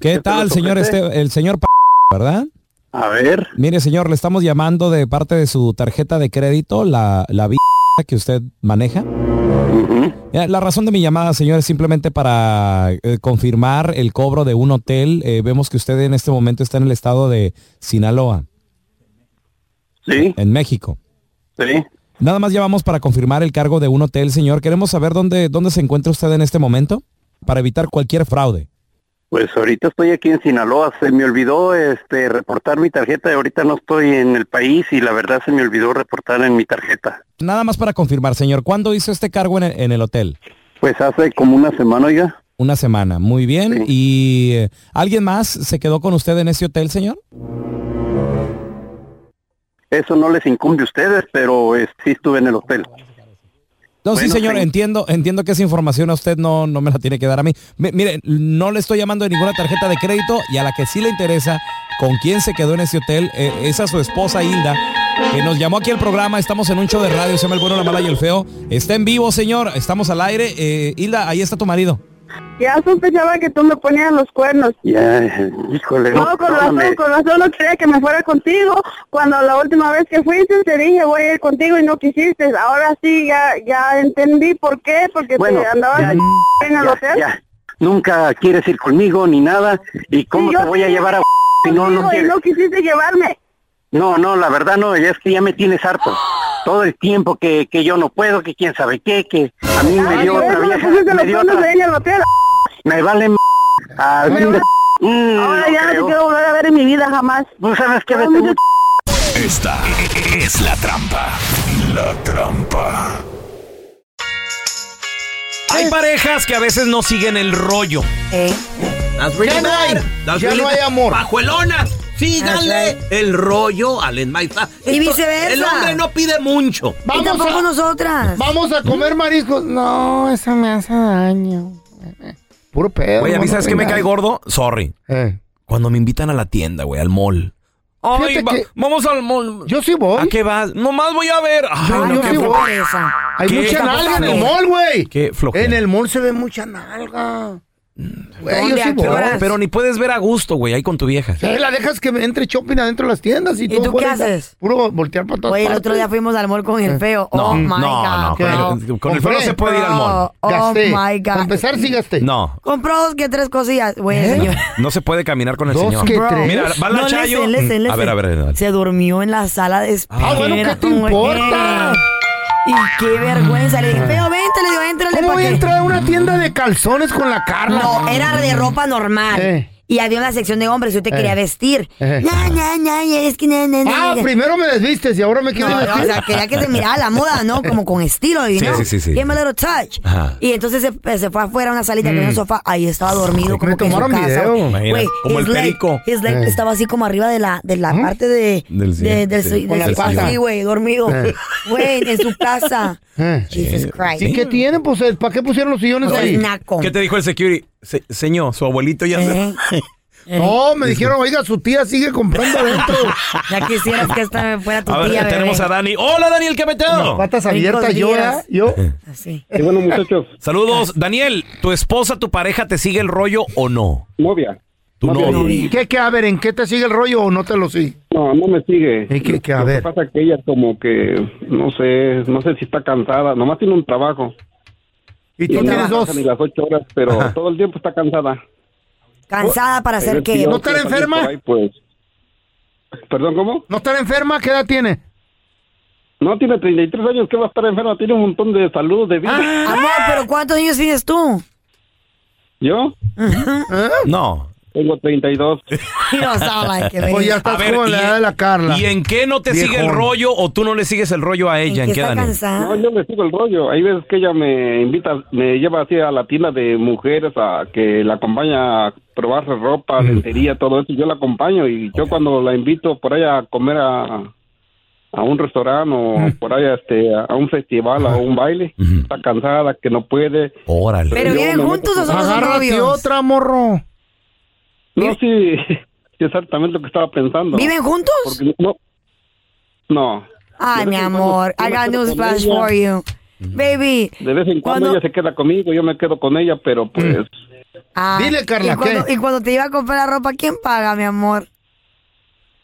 Speaker 3: ¿Qué
Speaker 9: te
Speaker 3: tal,
Speaker 9: los
Speaker 3: señor
Speaker 9: ofrece?
Speaker 3: Esteban? El señor P- ¿verdad?
Speaker 9: A ver,
Speaker 3: Mire, señor, le estamos llamando de parte de su tarjeta de crédito, la, la B- que usted maneja. Mira, La razón de mi llamada, señor, es simplemente para eh, confirmar el cobro de un hotel. Eh, vemos que usted en este momento está en el estado de Sinaloa,
Speaker 9: sí,
Speaker 3: en México.
Speaker 9: sí.
Speaker 3: Nada más llamamos para confirmar el cargo de un hotel, señor. Queremos saber dónde, dónde se encuentra usted en este momento para evitar cualquier fraude.
Speaker 9: Pues ahorita estoy aquí en Sinaloa, se me olvidó este reportar mi tarjeta, ahorita no estoy en el país y la verdad se me olvidó reportar en mi tarjeta.
Speaker 3: Nada más para confirmar, señor, ¿cuándo hizo este cargo en el, en el hotel?
Speaker 9: Pues hace como una semana ya.
Speaker 3: Una semana, muy bien.
Speaker 9: Sí.
Speaker 3: ¿Y eh, alguien más se quedó con usted en ese hotel, señor?
Speaker 9: Eso no les incumbe a ustedes, pero eh, sí estuve en el hotel.
Speaker 3: No, sí,
Speaker 9: Bueno,
Speaker 3: señor,
Speaker 9: sí.
Speaker 3: entiendo, entiendo que esa información a usted no, no me la tiene que dar a mí. Mi- mire, no le estoy llamando de ninguna tarjeta de crédito y a la que sí le interesa con quién se quedó en ese hotel eh, es a su esposa Hilda, que nos llamó aquí al programa. Estamos en un show de radio, se llama El Bueno, la Mala y el Feo. Está en vivo, señor, estamos al aire. Eh, Hilda, ahí está tu marido.
Speaker 6: Ya sospechaba que tú me ponías los cuernos.
Speaker 11: Ya, híjole.
Speaker 6: No, con razón,
Speaker 11: perdóname.
Speaker 6: con razón no quería que me fuera contigo. Cuando la última vez que fuiste te dije voy a ir contigo y no quisiste. Ahora sí ya ya entendí por qué, porque
Speaker 11: Bueno,
Speaker 6: te andabas
Speaker 11: ya,
Speaker 6: en el hotel.
Speaker 11: Ya, nunca quieres ir conmigo ni nada. ¿Y cómo
Speaker 6: Y yo
Speaker 11: te voy a
Speaker 6: sí,
Speaker 11: llevar a si no, no
Speaker 6: Contigo y
Speaker 11: quieres?
Speaker 6: no quisiste llevarme.
Speaker 11: No, no, la verdad no, ya es que ya me tienes harto. Todo el tiempo que, que yo no puedo, que quién sabe qué, que a mí me dio
Speaker 6: por
Speaker 11: otra
Speaker 6: eso me
Speaker 11: vieja,
Speaker 6: pusiste
Speaker 11: me
Speaker 6: los
Speaker 11: dio
Speaker 6: cuernos
Speaker 11: otra-
Speaker 6: ahí en el hotel.
Speaker 11: me vale m- al fin de- Mm,
Speaker 6: Ahora
Speaker 11: no
Speaker 6: ya no te
Speaker 11: creo.
Speaker 6: quiero volver a ver en mi vida jamás.
Speaker 11: No sabes qué
Speaker 6: vete mucho.
Speaker 12: Esta es la trampa. La trampa.
Speaker 3: Hay parejas que a veces no siguen el rollo.
Speaker 5: Eh,
Speaker 3: That's
Speaker 8: really Ya no bad. hay.
Speaker 3: That's
Speaker 8: Ya
Speaker 3: really
Speaker 8: no hay
Speaker 3: bad.
Speaker 8: amor.
Speaker 3: Pajuelona, síganle el rollo al enmaizado.
Speaker 5: Y viceversa.
Speaker 3: El hombre no pide mucho.
Speaker 5: y tampoco nosotras.
Speaker 4: Vamos a comer mariscos. No, eso me hace daño. Puro pedo.
Speaker 3: Güey, a mí
Speaker 4: no
Speaker 3: sabes que me
Speaker 4: tengas. Eh.
Speaker 3: cae gordo. Sorry. Cuando me invitan a la tienda, güey, al mall.
Speaker 4: Fíjate
Speaker 3: Ay, va-
Speaker 4: que-
Speaker 3: vamos al mall.
Speaker 4: Yo sí voy.
Speaker 3: ¿A qué vas? Nomás voy a ver. Ay,
Speaker 4: Yo-
Speaker 3: no,
Speaker 4: yo
Speaker 3: qué
Speaker 4: sí voy.
Speaker 3: flojera.
Speaker 4: Hay
Speaker 3: Qué
Speaker 4: mucha nalga en el
Speaker 3: flojera.
Speaker 4: mall, güey.
Speaker 3: Qué flojera.
Speaker 4: En el mall se ve mucha nalga. Güey, yo
Speaker 3: ¿Dónde?
Speaker 4: sí
Speaker 3: ¿A
Speaker 4: voy.
Speaker 3: qué horas? Pero ni puedes ver a gusto, güey, ahí con tu vieja.
Speaker 4: Sí, la dejas que entre shopping adentro de las tiendas y, todo
Speaker 5: tú qué
Speaker 4: fuera,
Speaker 5: haces?
Speaker 4: Puro voltear para todas
Speaker 5: Güey, el otro
Speaker 4: partes.
Speaker 5: día fuimos al mall con el feo.
Speaker 4: Eh. No,
Speaker 5: oh my
Speaker 4: no,
Speaker 5: God.
Speaker 4: no,
Speaker 3: con el- con el feo no
Speaker 4: Compré.
Speaker 3: se puede ir al mall.
Speaker 5: Oh,
Speaker 4: Gasté.
Speaker 5: my God.
Speaker 4: Para empezar, sí gasté.
Speaker 3: No.
Speaker 5: Compró dos que tres cosillas. Güey,
Speaker 4: ¿Eh?
Speaker 5: el señor.
Speaker 3: No se puede caminar con el
Speaker 4: Dos
Speaker 3: señor.
Speaker 4: que tres. Mm,
Speaker 3: Mira, va la
Speaker 5: No,
Speaker 3: Chayo.
Speaker 5: listen, listen,
Speaker 3: A
Speaker 5: listen.
Speaker 3: ver, a ver. a ver.
Speaker 5: Se durmió en la sala de espera.
Speaker 4: Ah, bueno, ¿qué te
Speaker 5: güey.
Speaker 4: importa? Ah.
Speaker 5: Y qué vergüenza. Le dije, feo, vente, le digo, entrale.
Speaker 4: ¿Cómo
Speaker 5: pa'
Speaker 4: voy a
Speaker 5: que-".
Speaker 4: entrar a una tienda de calzones con la Carla?
Speaker 5: No, era de ropa normal.
Speaker 4: Eh.
Speaker 5: Y había una sección de hombres, yo te
Speaker 4: Eh.
Speaker 5: quería vestir.
Speaker 4: Eh.
Speaker 5: Na, na, na, es que na, na, na,
Speaker 4: Ah,
Speaker 5: na.
Speaker 4: primero me desvistes y ahora me
Speaker 5: No,
Speaker 4: quiero
Speaker 5: no, o sea, quería que se mirara la moda, ¿no? Como con estilo. Y,
Speaker 4: Sí,
Speaker 5: ¿no?
Speaker 4: sí, sí, sí.
Speaker 5: Give me a little touch.
Speaker 4: Ajá.
Speaker 5: Y entonces se, se fue afuera a una salita con
Speaker 4: Mm.
Speaker 5: un sofá. Ahí estaba dormido,
Speaker 4: Me
Speaker 5: como que en su
Speaker 4: tomaron
Speaker 5: casa.
Speaker 4: video.
Speaker 5: Güey,
Speaker 4: Imagina, como
Speaker 5: his
Speaker 4: el
Speaker 5: leg-
Speaker 4: perico.
Speaker 5: His leg
Speaker 4: Eh.
Speaker 5: estaba así como arriba de la, de la parte de...
Speaker 4: Del
Speaker 5: de-
Speaker 4: sillón,
Speaker 5: del
Speaker 4: sí.
Speaker 5: si-
Speaker 4: Con
Speaker 5: del
Speaker 4: la pata.
Speaker 5: sillón. Sí, güey, dormido.
Speaker 4: Eh.
Speaker 5: Güey, en su casa. Jesus Christ.
Speaker 4: ¿Y qué tiene? Pues, ¿para qué pusieron los sillones
Speaker 3: Pues
Speaker 5: Soy
Speaker 4: ahí?
Speaker 5: naco.
Speaker 3: ¿Qué te dijo el security? Se- señor, su abuelito ya
Speaker 5: Eh,
Speaker 3: se...
Speaker 4: No, me dijeron, oiga, su tía sigue comprando adentro.
Speaker 5: Ya quisieras que esta fuera tu
Speaker 3: A ver,
Speaker 5: tía, bebé.
Speaker 3: tenemos a Dani. ¡Hola, Daniel Cameteo!
Speaker 4: No, patas abiertas, yo, ¿verdad? yo.
Speaker 5: Así.
Speaker 3: bueno, muchachos. Saludos. Daniel, ¿tu esposa, tu pareja te sigue el rollo o no?
Speaker 4: Novia.
Speaker 3: Tu novia.
Speaker 4: ¿Qué, qué? A ver, ¿en qué te sigue el rollo o no te lo sigue?
Speaker 13: No, no me sigue.
Speaker 4: qué, qué? A
Speaker 13: Lo
Speaker 4: ver.
Speaker 13: que pasa es que ella como que, no sé, no sé si está cansada, nomás tiene un trabajo.
Speaker 4: ¿Y
Speaker 5: tú
Speaker 13: no
Speaker 5: tienes
Speaker 13: trabaja
Speaker 5: dos?
Speaker 13: Ni las ocho horas, pero
Speaker 4: Ajá.
Speaker 13: todo el tiempo está cansada.
Speaker 5: Cansada para hacer qué.
Speaker 13: estar pues, Perdón, ¿cómo?
Speaker 4: ¿No estar enferma? ¿Qué edad tiene?
Speaker 13: No, tiene 33 años, ¿qué va a estar enferma? Tiene un montón de salud, de vida.
Speaker 5: Amor, pero ¿cuántos niños tienes tú?
Speaker 13: ¿Yo?
Speaker 3: No.
Speaker 13: Tengo 32.
Speaker 5: You don't sound like it, baby.
Speaker 4: Pues ya
Speaker 3: A
Speaker 4: estás
Speaker 3: ver,
Speaker 4: como
Speaker 3: y-
Speaker 4: la edad de la Carla.
Speaker 3: ¿Y en qué no te sigue el
Speaker 4: Viejón.
Speaker 3: rollo o tú no le sigues el rollo a ella? ¿En, qué, Daniel?
Speaker 5: Ah.
Speaker 13: No, yo le sigo el rollo. Hay veces que ella me invita, me lleva así a la tienda de mujeres a que la acompaña a probar
Speaker 5: Mm.
Speaker 13: ropa, lentería, todo eso. Yo la acompaño y yo cuando la invito por allá a comer a, a un restaurante o
Speaker 5: Mm.
Speaker 13: por allá este, a un festival o a un baile, está cansada, que no puede.
Speaker 3: Órale.
Speaker 5: Pero
Speaker 13: yo
Speaker 5: viven
Speaker 13: me
Speaker 5: juntos o
Speaker 13: meto-
Speaker 5: solo son
Speaker 4: Agárrate
Speaker 5: novios.
Speaker 4: otra, morro.
Speaker 13: No, sí, sí, exactamente lo que estaba pensando.
Speaker 5: ¿Viven juntos?
Speaker 13: Porque no, no,
Speaker 5: Ay, mi amor, I got news
Speaker 13: con
Speaker 5: flash
Speaker 13: ella.
Speaker 5: for you. Baby.
Speaker 13: de vez en cuando
Speaker 5: Cuando-
Speaker 13: ella se queda conmigo, yo me quedo con ella, pero pues...
Speaker 5: Ah,
Speaker 13: Dile, Carla,
Speaker 5: y cuando,
Speaker 13: ¿qué?
Speaker 5: y cuando te iba a comprar la ropa, ¿quién paga, mi amor?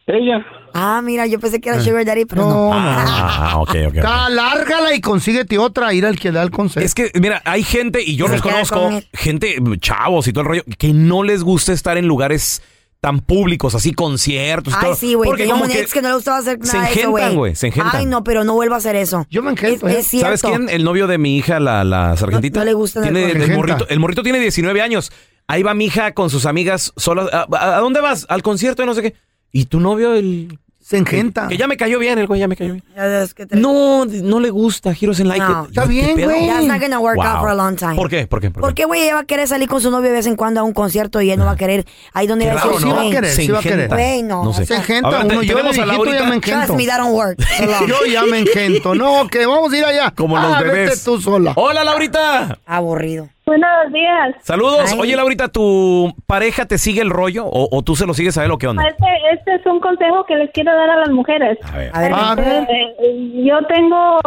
Speaker 13: Ella.
Speaker 5: Ah, mira, yo pensé que
Speaker 3: Eh,
Speaker 5: era Sugar Daddy, pero no.
Speaker 3: Ah, ok, ok. ok.
Speaker 4: Ca- Lárgala y consíguete otra, ir al que da el consejo.
Speaker 3: Es que, mira, hay gente, y yo
Speaker 4: Se
Speaker 3: los
Speaker 4: queda
Speaker 3: conozco,
Speaker 4: con él.
Speaker 3: gente, chavos y todo el rollo, que no les gusta estar en lugares tan públicos, así conciertos. y
Speaker 5: Ay,
Speaker 3: Pues todo,
Speaker 5: sí, güey.
Speaker 3: porque
Speaker 5: Tengo
Speaker 3: como
Speaker 5: un
Speaker 3: que-
Speaker 5: ex que no le gustaba hacer nada
Speaker 3: se
Speaker 5: de eso,
Speaker 3: engentan, güey, se engentan.
Speaker 5: Ay, no, pero no vuelvo a hacer eso.
Speaker 4: Yo me engento,
Speaker 5: Es, es cierto.
Speaker 3: ¿eh? ¿Sabes quién? El novio de mi hija, la, la sargentita.
Speaker 5: no le gustan
Speaker 3: tiene,
Speaker 5: las
Speaker 3: el,
Speaker 5: cosas.
Speaker 3: morrito, el morrito tiene 19 años. Ahí va mi hija con sus amigas solas. ¿A, a- a dónde vas? Al concierto y no sé qué. ¿Y tu novio, el.
Speaker 4: Se engenta.
Speaker 3: Que ya me cayó bien, el güey ya me cayó bien.
Speaker 5: Ya es que te-
Speaker 3: No, no le gusta giros en like.
Speaker 5: No.
Speaker 3: Yo, ¿qué pedo?
Speaker 5: That's not gonna work out
Speaker 3: Wow.
Speaker 5: for a long time.
Speaker 3: ¿Por qué? ¿Por qué? ¿Por qué?
Speaker 5: Porque, güey, ella va a querer salir con su novio de vez en cuando a un concierto y él no va a querer. Ahí donde
Speaker 3: Ah. Qué
Speaker 5: va a
Speaker 3: raro,
Speaker 5: decir,
Speaker 3: ¿no?
Speaker 5: güey,
Speaker 3: Se ingenta.
Speaker 5: Güey, no.
Speaker 3: No sé.
Speaker 5: o sea,
Speaker 4: Engenta
Speaker 3: A ver, te-
Speaker 4: uno, yo de
Speaker 3: tenemos a
Speaker 4: viejito
Speaker 3: Laurita.
Speaker 4: ya me engento.
Speaker 5: Trust me, that don't work. So long.
Speaker 4: Yo ya me engento. No, que vamos a ir allá.
Speaker 3: Como
Speaker 4: Ah,
Speaker 3: los
Speaker 4: vete
Speaker 3: bebés.
Speaker 4: tú sola.
Speaker 3: Hola, Laurita.
Speaker 5: Aburrido.
Speaker 6: Buenos días.
Speaker 3: Saludos.
Speaker 6: Ay.
Speaker 3: Oye, Laurita, ¿tu pareja te sigue el rollo o, o tú se lo sigues a él o qué onda?
Speaker 6: Este, este es un consejo que les quiero dar a las mujeres.
Speaker 3: ver.
Speaker 5: A ver,
Speaker 4: A ver.
Speaker 6: Eh, eh, yo tengo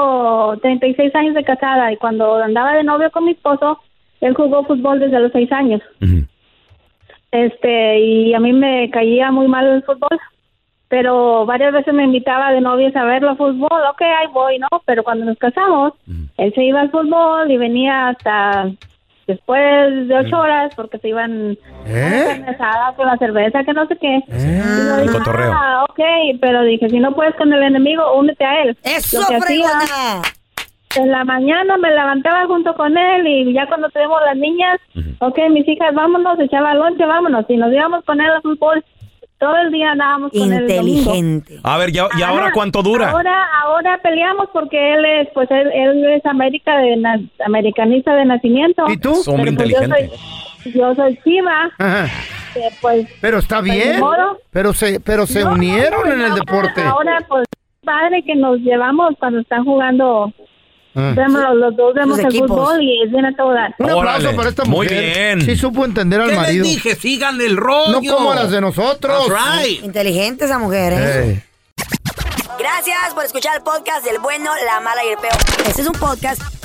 Speaker 6: 36 años de casada y cuando andaba de novio con mi esposo,
Speaker 14: Él jugó fútbol desde los seis años. Este, y a mí me caía muy mal el fútbol, pero varias veces me invitaba de novias a verlo fútbol, ok, ahí voy, ¿no? Pero cuando nos casamos, él se iba al fútbol y venía hasta después de ocho horas porque se iban
Speaker 4: ¿Eh?
Speaker 14: cansada con la cerveza, que no sé qué. Y yo
Speaker 3: El
Speaker 14: dije,
Speaker 3: cotorreo.
Speaker 14: ah, ok, pero dije, si no puedes con el enemigo, únete a él.
Speaker 5: ¡Eso,
Speaker 14: Lo que hacía, En la mañana me levantaba junto con él y ya cuando tenemos las niñas, ok, mis hijas, vámonos, echaba lonche, vámonos. Y nos íbamos con él al fútbol. Todo el día andábamos con él. el domingo. Ah.
Speaker 3: A ver, ¿y, a- y ahora cuánto dura?
Speaker 14: Ahora, ahora peleamos porque él es, pues él, él es América de na- americanista de nacimiento. ¿Y
Speaker 3: tú? Es hombre inteligente.
Speaker 14: Yo soy, yo soy chiva.
Speaker 4: Ajá.
Speaker 14: que, pues
Speaker 4: Pero está
Speaker 14: Pues,
Speaker 4: bien.
Speaker 14: ni modo.
Speaker 4: Pero se, pero se
Speaker 14: No, pues,
Speaker 4: unieron
Speaker 14: no,
Speaker 4: en el
Speaker 14: ahora-
Speaker 4: deporte.
Speaker 14: Ahora, pues, padre que nos llevamos cuando están jugando.
Speaker 4: Ah.
Speaker 14: Vemos los, los dos vemos el
Speaker 4: Los equipos.
Speaker 14: fútbol y es bien a todo dar.
Speaker 4: Un aplauso para esta
Speaker 3: Muy
Speaker 4: mujer.
Speaker 3: bien.
Speaker 4: Sí supo entender al
Speaker 8: ¿Qué les
Speaker 4: marido.
Speaker 8: dije? Sigan el rollo.
Speaker 4: No como las de nosotros.
Speaker 8: That's right.
Speaker 5: Inteligente esa mujer, ¿eh?
Speaker 4: Ey.
Speaker 5: Gracias por escuchar el podcast del bueno, la mala y el peo. Este es un podcast